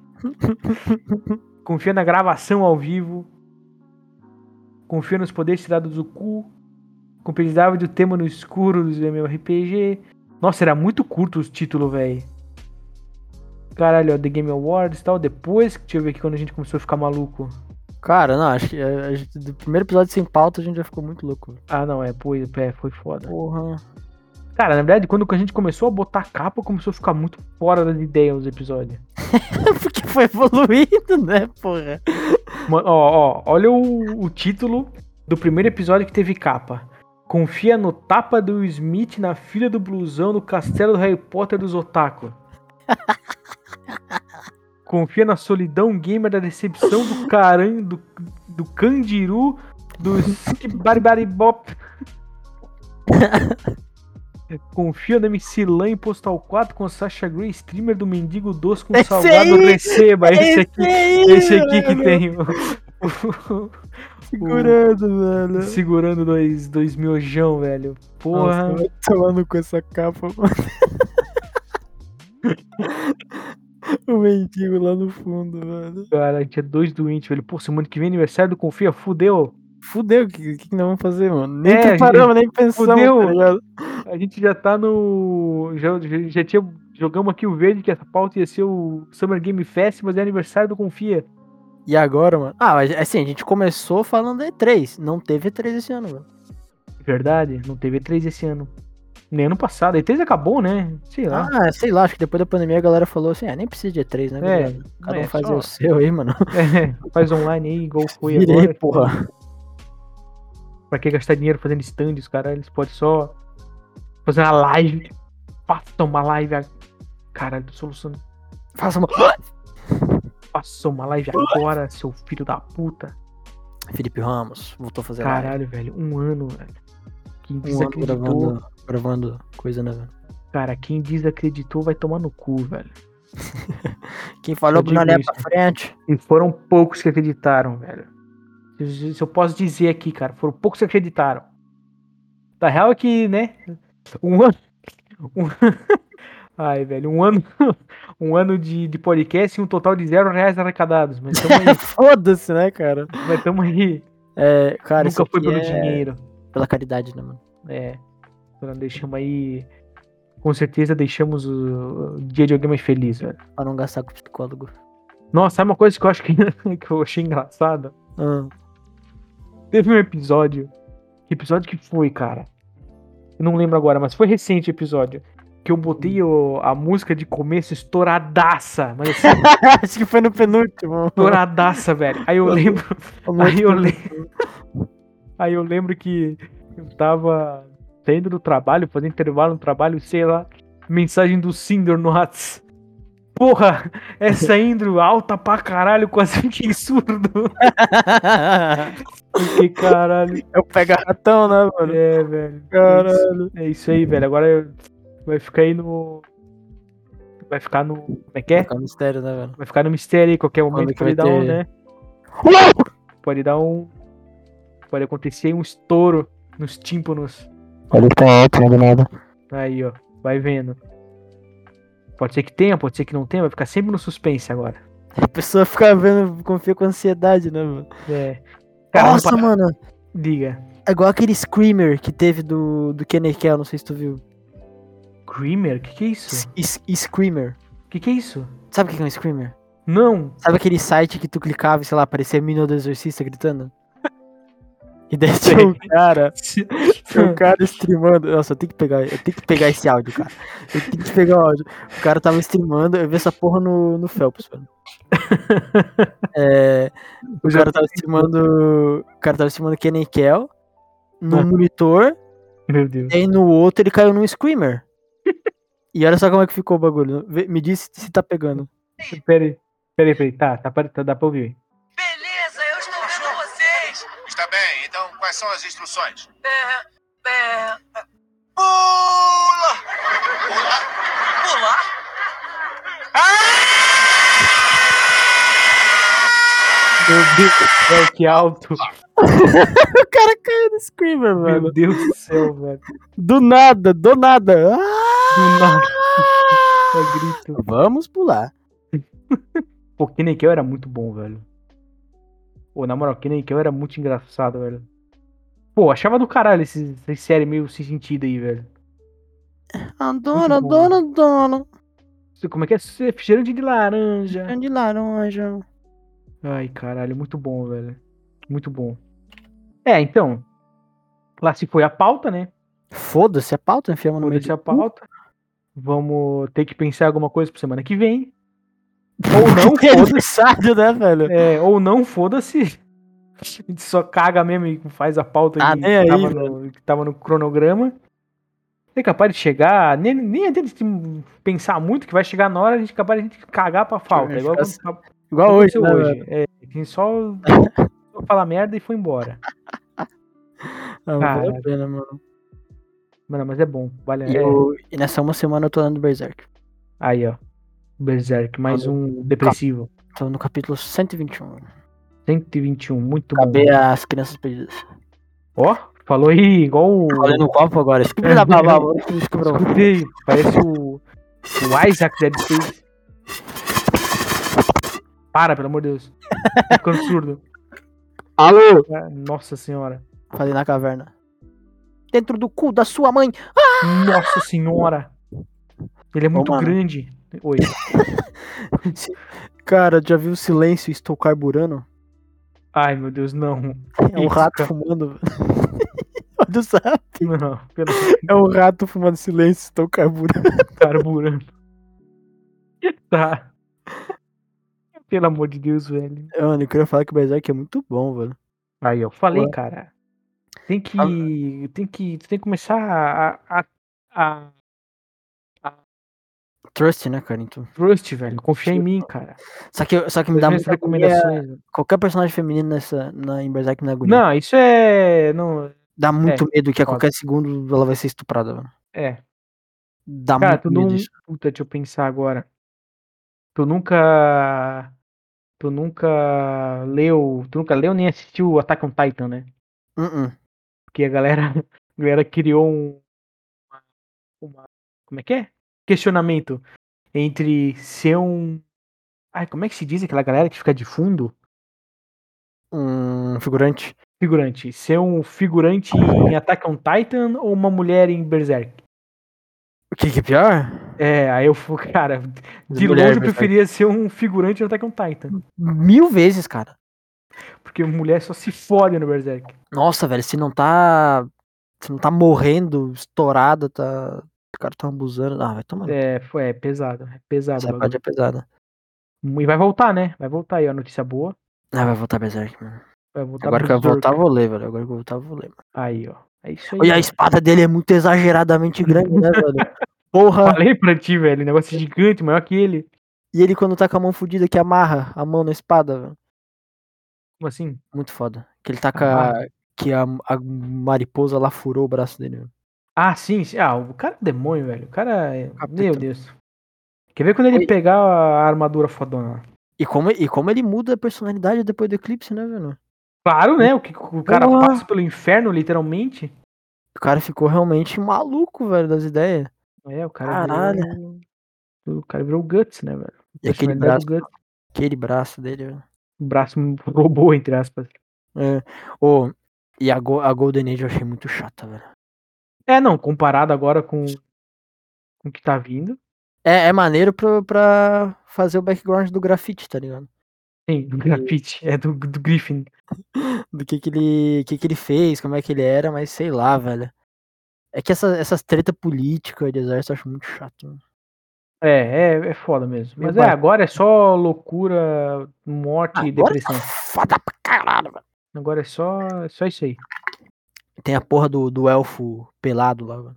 A: Confia na gravação ao vivo. Confia nos poderes tirados do cu. Compensável do tema no escuro dos MMORPG. Nossa, era muito curto os títulos, velho. Caralho, ó, The Game Awards e tal. Depois, deixa eu ver aqui quando a gente começou a ficar maluco.
B: [LAUGHS] Cara, não, acho que eh, a- a gente- do primeiro episódio sem pauta a gente já ficou muito louco. velho.
A: Ah, não, é, pois, é, foi foda.
B: Porra.
A: Cara, na verdade, quando a gente começou a botar capa, começou a ficar muito fora das ideias os episódios.
B: [LAUGHS] Porque foi evoluindo, né, porra?
A: Mano, ó, ó, olha o, o título do primeiro episódio que teve capa. Confia no tapa do Will Smith na filha do blusão no castelo do Harry Potter dos
B: [LAUGHS]
A: otaku. Confia na solidão gamer da decepção do caran, do, do candiru, do barbaribop. Confia no MC Lan em Postal 4 com Sasha Grey, streamer do Mendigo Doce com
B: Esse
A: Salgado
B: aí!
A: Receba. Esse aqui,
B: É aí,
A: esse aqui que
B: velho.
A: tem o, o-
B: Segurando,
A: o-
B: velho.
A: segurando dois, dois miojão, velho. Porra.
B: Nossa, vai tomando com essa capa, mano. [LAUGHS] o mendigo lá no fundo, velho.
A: Cara, tinha dois doentes, velho. Pô, semana que vem é aniversário do Confia, fudeu.
B: Fudeu, o que, que nós vamos fazer, mano? Nem
A: É,
B: preparamos, nem pensamos,
A: fudeu.
B: tá ligado?
A: A gente já tá no. Já, já, já tinha. Jogamos aqui o verde, que essa pauta ia ser o Summer Game Fest, mas é aniversário do Confia.
B: E agora, mano? Ah, mas assim, a gente começou falando E3. Não teve E3 esse ano, velho.
A: Verdade, não teve E3 esse ano. Nem ano passado. A E3 acabou, né? Sei lá.
B: Ah, sei lá, acho que depois da pandemia a galera falou assim, ah, nem precisa de E3, né?
A: É,
B: gurizada? Cada
A: é,
B: um faz
A: só-
B: o seu aí, mano.
A: [LAUGHS] É, faz online aí, igual foi
B: [LAUGHS] Virei,
A: agora.
B: porra.
A: Pra que gastar dinheiro fazendo stand, os caras, eles podem só fazer uma live. Faça uma live. a- Caralho, tô soluçando.
B: Faça uma... [GASPS]
A: Faça uma live agora, seu filho da puta.
B: Felipe Ramos, voltou a fazer live.
A: Caralho, velho, um ano, velho. Quem
B: Um ano
A: desacreditou,
B: gravando, gravando coisa, né, velho?
A: cara, quem desacreditou vai tomar no cu, velho.
B: Quem falou
A: Eu
B: que não
A: digo
B: olhar
A: isso.
B: pra frente. [LAUGHS]
A: E foram poucos que acreditaram, velho. Se se eu posso dizer aqui, cara, foram poucos que acreditaram. Tá real é que, né? Um ano. [LAUGHS] um- Ai, velho, um ano, [LAUGHS] um ano de, de podcast e um total de zero reais arrecadados. Mas tamo
B: [LAUGHS]
A: aí,
B: Foda-se, né, cara?
A: mas tamo aí.
B: É, cara, isso
A: Nunca foi
B: aqui
A: pelo
B: é
A: dinheiro.
B: pela caridade, né, mano?
A: É. Então, deixamos aí. Com certeza deixamos o o dia de alguém mais feliz, velho.
B: Pra não gastar com o psicólogo.
A: Nossa, sabe uma coisa que eu acho que, que [LAUGHS] eu achei engraçada?
B: Ah,
A: Teve um episódio. Que episódio que foi, cara? Eu não lembro agora, mas foi recente o episódio. Que eu botei o- a música de começo estouradaça. Mas [LAUGHS] assim,
B: [LAUGHS] Acho que foi
A: [LAUGHS]
B: no penúltimo.
A: estouradaça, velho. Aí eu lembro. Aí eu [LAUGHS] lembro. [LAUGHS] Aí eu lembro que eu tava saindo do trabalho, fazendo intervalo no trabalho, sei lá. Mensagem do Cinder no Whats. Porra, essa intro alta pra caralho, quase [LAUGHS] fiquei surdo. Fiquei caralho.
B: eu pego ratão, né, mano?
A: É, velho.
B: Caralho.
A: É isso aí, velho. Agora eu- vai ficar aí no. Vai ficar no. Como é que é?
B: Fica um mistério, né, velho?
A: Vai ficar no mistério aí. Qualquer momento
B: que
A: pode
B: vai
A: dar um,
B: ter?
A: né? Pode dar um. Pode acontecer aí um estouro nos tímpanos.
B: Olha que tá ótimo do nada.
A: Aí, ó. Vai vendo. Pode ser que tenha, pode ser que não tenha. Vai ficar sempre no suspense agora.
B: A pessoa fica vendo, confia com ansiedade, né, mano?
A: É. Cara,
B: Nossa,
A: não pa-
B: mano.
A: Diga.
B: É igual aquele Screamer que teve do, do Kenny Kell, não sei se tu viu.
A: Creamer? Que que é isso?
B: S- S- Screamer.
A: Que que é isso?
B: Sabe o que é um Screamer?
A: Não.
B: Sabe aquele site que tu clicava e, sei lá, aparecia a mina do exorcista gritando? E daí
A: Sei.
B: tinha um cara, tinha [LAUGHS] um cara streamando. Nossa, eu tenho que pegar, eu tenho que pegar esse áudio, cara. Eu tenho que pegar o áudio. O cara tava streamando, eu vi essa porra no, no Phelps, [LAUGHS] mano. É, o
A: já
B: cara tava streamando. O cara tava streamando Kenny Kell
A: Ah.
B: num monitor,
A: Meu
B: [LAUGHS]
A: Deus.
B: e aí no outro ele caiu num [LAUGHS] screamer. E olha só como é que ficou o bagulho. Vê- Me diz se tá pegando.
A: Pera aí. Pera aí, pera aí. Tá, tá, pra- tá, dá pra ouvir.
C: Beleza, eu estou vendo vocês.
D: Está bem, então quais são as instruções?
C: É, é,
D: Pula!
C: pular?
A: Meu Deus do céu, que alto.
B: O cara caiu no screamer,
A: Meu Deus do céu, velho.
B: Do nada, do nada. Ah!
A: Do nada. Só grito.
B: Vamos pular.
A: Pô, Kenny Kell era muito bom, velho. Pô, na moral, Kenny Kell era muito engraçado, velho. Pô, achava do caralho esse- essa série meio sem sentido aí, velho.
B: Adoro,
A: Muito bom.
B: adoro, adoro.
A: Você- Como é que é? Você- Refrigerante de laranja.
B: De laranja.
A: Ai, caralho, muito bom, velho. Muito bom. É, então. Lá se foi a pauta, né?
B: Foda-se é a pauta, enfiamos no
A: Vamos
B: meio do
A: deixar a
B: cu.
A: pauta. Vamos ter que pensar alguma coisa pra semana que vem. Ou [LAUGHS] não, foda-se.
B: Que aniversário, Tipo, né, velho?
A: É, ou não, foda-se. [LAUGHS] A gente só caga mesmo e faz a pauta
B: Ah,
A: que,
B: nem aí,
A: tava no, que tava no cronograma. É capaz de chegar, nem, nem adianta de pensar muito que vai chegar na hora, a gente é capaz de a gente cagar pra falta.
B: Vai
A: Igual
B: ficar
A: quando-
B: Igual
A: quando
B: hoje,
A: aconteceu
B: né, velho?
A: hoje. É, a gente só, [LAUGHS] só fala merda e foi embora.
B: Ah, não vale
A: Cara.
B: a pena, mano.
A: Mano, mas é bom. Vale
B: E,
A: é-
B: eu- e nessa uma semana eu tô andando Berserk.
A: Aí, ó. Berserk, mais um depressivo.
B: Tô no capítulo 121.
A: 121, muito
B: Acabei
A: bom.
B: as crianças perdidas.
A: Ó, falou aí, igual o.
B: Tô lendo o copo agora. Escreve na babá, mano. Escreve na babá.
A: Escutei, parece o. O Isaac Dead Space. Para, pelo amor de Deus. Ficando surdo.
B: Alô?
A: Ah, [LAUGHS] Nossa senhora.
B: Falei na caverna. Dentro do cu da sua mãe.
A: Nossa senhora. Ele é muito
B: mano.
A: grande. Oi.
B: [LAUGHS] Cara, já viu o silêncio? Estou carburando.
A: Ai, meu Deus, não.
B: É um
A: Isso,
B: rato
A: cara.
B: fumando. [LAUGHS] velho. Olha o sapo.
A: Não, pelo
B: É um rato fumando silêncio. Estou carburando.
A: carburando. Tá. Pelo amor de Deus, velho.
B: É, Mano, eu queria falar que o Berserk é muito bom, velho.
A: Aí, eu falei,
B: Ué.
A: cara. Tem que. Tem que. Tu tem que começar a. a, a
B: Trust, né, cara? Então.
A: trust, velho. Confia em mim, cara.
B: Só que, só que me
A: As
B: dá
A: minhas
B: muita agonia.
A: é recomendações.
B: Qualquer personagem feminino nessa, na, em Berserk me dá agonia.
A: Não, isso é. Não,
B: Dá muito medo que a
A: foda.
B: qualquer segundo ela vai ser estuprada, velho.
A: é.
B: Dá
A: Cara, um tu
B: muito medo
A: não.
B: isso.
A: Puta, deixa eu pensar agora. Tu nunca. Tu nunca leu. Tu nunca leu nem assistiu Attack on Titan, né?
B: Uh-uh.
A: Porque a galera, [LAUGHS] a galera criou um. Uma, uma- como é que é? Questionamento entre ser um. Ai, como é que se diz aquela galera que fica de fundo?
B: Um figurante.
A: Figurante. Ser um figurante em Attack on Titan ou uma mulher em Berserk?
B: O que, que é pior?
A: É, aí eu fui, [LAUGHS] cara, de
B: Mulher,
A: longe eu
B: verdade.
A: preferia ser um figurante no Attack on Titan.
B: Mil vezes, cara.
A: Porque mulher só se fode no Berserk.
B: Nossa, velho, se não tá. Se não tá morrendo, estourada, tá. O cara tá abusando. Ah, vai tomar. É,
A: É, foi, é pesado, é pesado. o
B: essa parte é
A: bagulho.
B: pesada.
A: E vai voltar, né? Vai voltar aí, ó, notícia boa.
B: Ah, vai voltar Berserk, mano.
A: Vai voltar
B: Agora que eu
A: Berserk.
B: voltar, eu vou ler, velho. Agora que eu voltar, eu vou ler. Mano.
A: Aí, ó. É isso aí.
B: E a
A: [LAUGHS]
B: espada dele é muito exageradamente grande, né, velho? Porra!
A: Falei pra ti, velho. um Negócio gigante, maior que ele.
B: E ele, quando tá com a mão fudida que amarra a mão na espada, velho.
A: Como assim?
B: Muito foda. Que ele tá com a. Que a, a mariposa lá furou o braço dele. velho.
A: Ah, sim, sim. Ah, o cara é um demônio, velho. O cara é.
B: Capeta.
A: Meu Deus. Quer ver quando ele
B: Oi.
A: pegar a armadura fodona?
B: E como, e como ele muda a personalidade depois do eclipse, né, velho?
A: Claro, né? O, que, o cara
B: Porra.
A: passa pelo inferno, literalmente.
B: O cara ficou realmente maluco, velho, das ideias.
A: É, o cara
B: Caralho.
A: virou. O cara virou o Guts, né, velho?
B: E aquele
A: Personalidade
B: braço,
A: do Guts.
B: aquele braço dele, velho.
A: Um braço [LAUGHS] robô, entre aspas.
B: É. Ô, e a, Go- a Golden Age eu achei muito chata, velho.
A: É, não, comparado agora com, com o que tá vindo.
B: É, é maneiro pra, pra fazer o background do grafite, tá ligado?
A: Sim, do grafite. [LAUGHS] É do, do Griffin.
B: Do que que ele, que que ele fez, como é que ele era, mas sei lá, velho. É que essa, essas tretas políticas de exército eu acho muito chato. mano.
A: É, é, é foda mesmo.
B: Meu
A: Mas é,
B: pai.
A: agora é só loucura, morte e
B: Agora tá
A: depressão.
B: foda pra caralho, velho.
A: Agora é só, é só isso aí.
B: Tem a porra do, do elfo pelado lá, velho.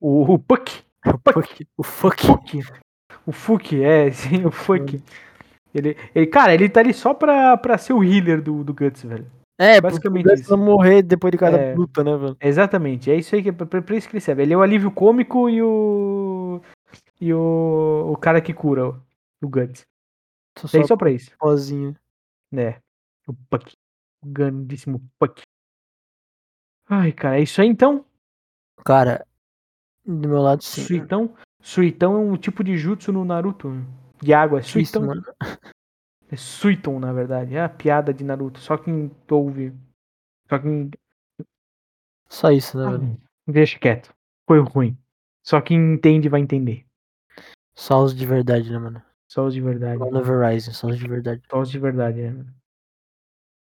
A: O, o Puck.
B: [LAUGHS] O fuck. O fuck.
A: Fuck. O Fuck, é, [LAUGHS] sim, o Fuck. Ele, ele, cara, ele tá ali só pra, pra ser o healer do, do Guts, velho.
B: É,
A: Basicamente
B: basicamente isso.
A: isso.
B: morrer depois de cada
A: É.
B: luta, né, velho?
A: Exatamente, é isso aí que pra, pra pra isso que ele serve. Ele é o alívio cômico e o. E o, o cara que cura o, o Guts.
B: Só,
A: É
B: só
A: só pra isso.
B: sozinho.
A: né? O Puck. O grandíssimo Puck. Ai, cara, é isso aí então?
B: Cara, do meu lado sim.
A: Suitão? Suitão é um tipo de jutsu no Naruto. De água, é
B: Isso,
A: Suitão.
B: mano.
A: É Suiton, na verdade. É a piada de Naruto. Só quem ouve. Só quem.
B: Só isso, né,
A: Ah,
B: velho?
A: deixa quieto. Foi ruim. Só quem entende vai entender.
B: Só os de verdade, né, mano?
A: Só os de verdade.
B: Lá no Verizon, só os de verdade.
A: Só os de verdade, né?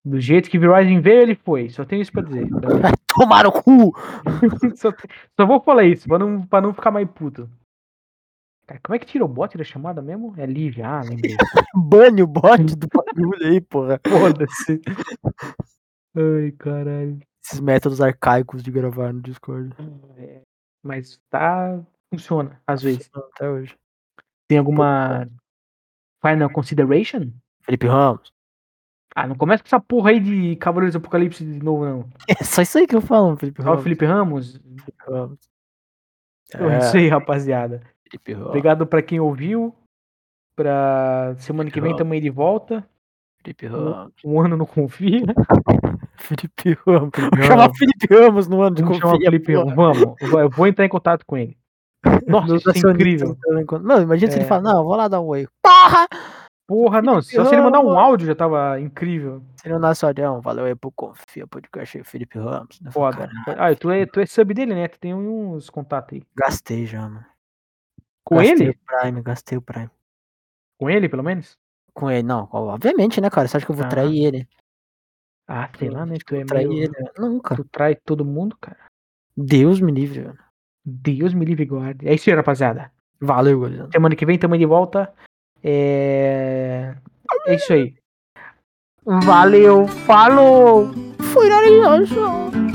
A: Do jeito que Verizon veio, ele foi. Só tenho isso pra dizer. [LAUGHS]
B: Tomaram o cu!
A: só, só vou falar isso, pra não, pra não ficar mais puto. Cara, como é que tira o bot da chamada mesmo? É Lívia, ah, lembrei.
B: Bane o bot do bagulho aí, porra.
A: Foda-se. Ai, caralho.
B: Esses métodos arcaicos de gravar no Discord.
A: É, Mas tá. Funciona, às vezes.
B: Tá Até hoje.
A: Tem alguma. Final consideration?
B: Felipe Ramos.
A: Ah, não começa com essa porra aí de Cavaleiros do Apocalipse de novo, não.
B: É só isso aí que eu falo, Felipe
A: Ó,
B: Ramos.
A: Felipe Ramos,
B: Felipe Ramos.
A: Então é isso aí, rapaziada.
B: Felipe Ro,
A: Obrigado pra quem ouviu. Pra semana que vem
B: Tchau.
A: também de volta.
B: Felipe Ro,
A: Um ano não [LAUGHS] confia.
B: Felipe Ramos. Vamos
A: Ramos.
B: chamar Felipe Ramos no ano de
A: Vamos chamar o
B: confia,
A: Felipe
B: pô.
A: Ramos. Vamos. Eu vou- Eu vou entrar em contato com ele. [LAUGHS] Nossa,
B: Meus
A: isso é
B: acionistas
A: incrível.
B: entrando em conta- Mano, imagina se ele
A: É.
B: fala, não, eu vou lá dar um oi. Porra!
A: Porra, não. Só se ele mandar um áudio já tava incrível.
B: Se não dá só de, "Não, um valeu aí pro Confia Podcast aí, Felipe Ramos. Eu falo,
A: Foda.
B: "Cara,
A: Ah, tu é, tu é sub dele, né? Tu tem uns contatos aí.
B: Gastei já, mano.
A: Com
B: gastei
A: ele?
B: o Prime, gastei o Prime.
A: Com ele, pelo menos?
B: Com ele, não, obviamente, né, cara? Você acha que eu vou
A: Ah.
B: trair ele?
A: Ah, sei lá, né? Tu é
B: Trair
A: meio...
B: ele? né? Nunca.
A: Tu trai todo mundo, cara.
B: Deus me livre, velho.
A: Deus me livre e guarde. É isso aí, rapaziada.
B: Valeu, Goliano.
A: Semana que vem tamo de volta. É. É isso aí. Valeu, falou!
B: Fui na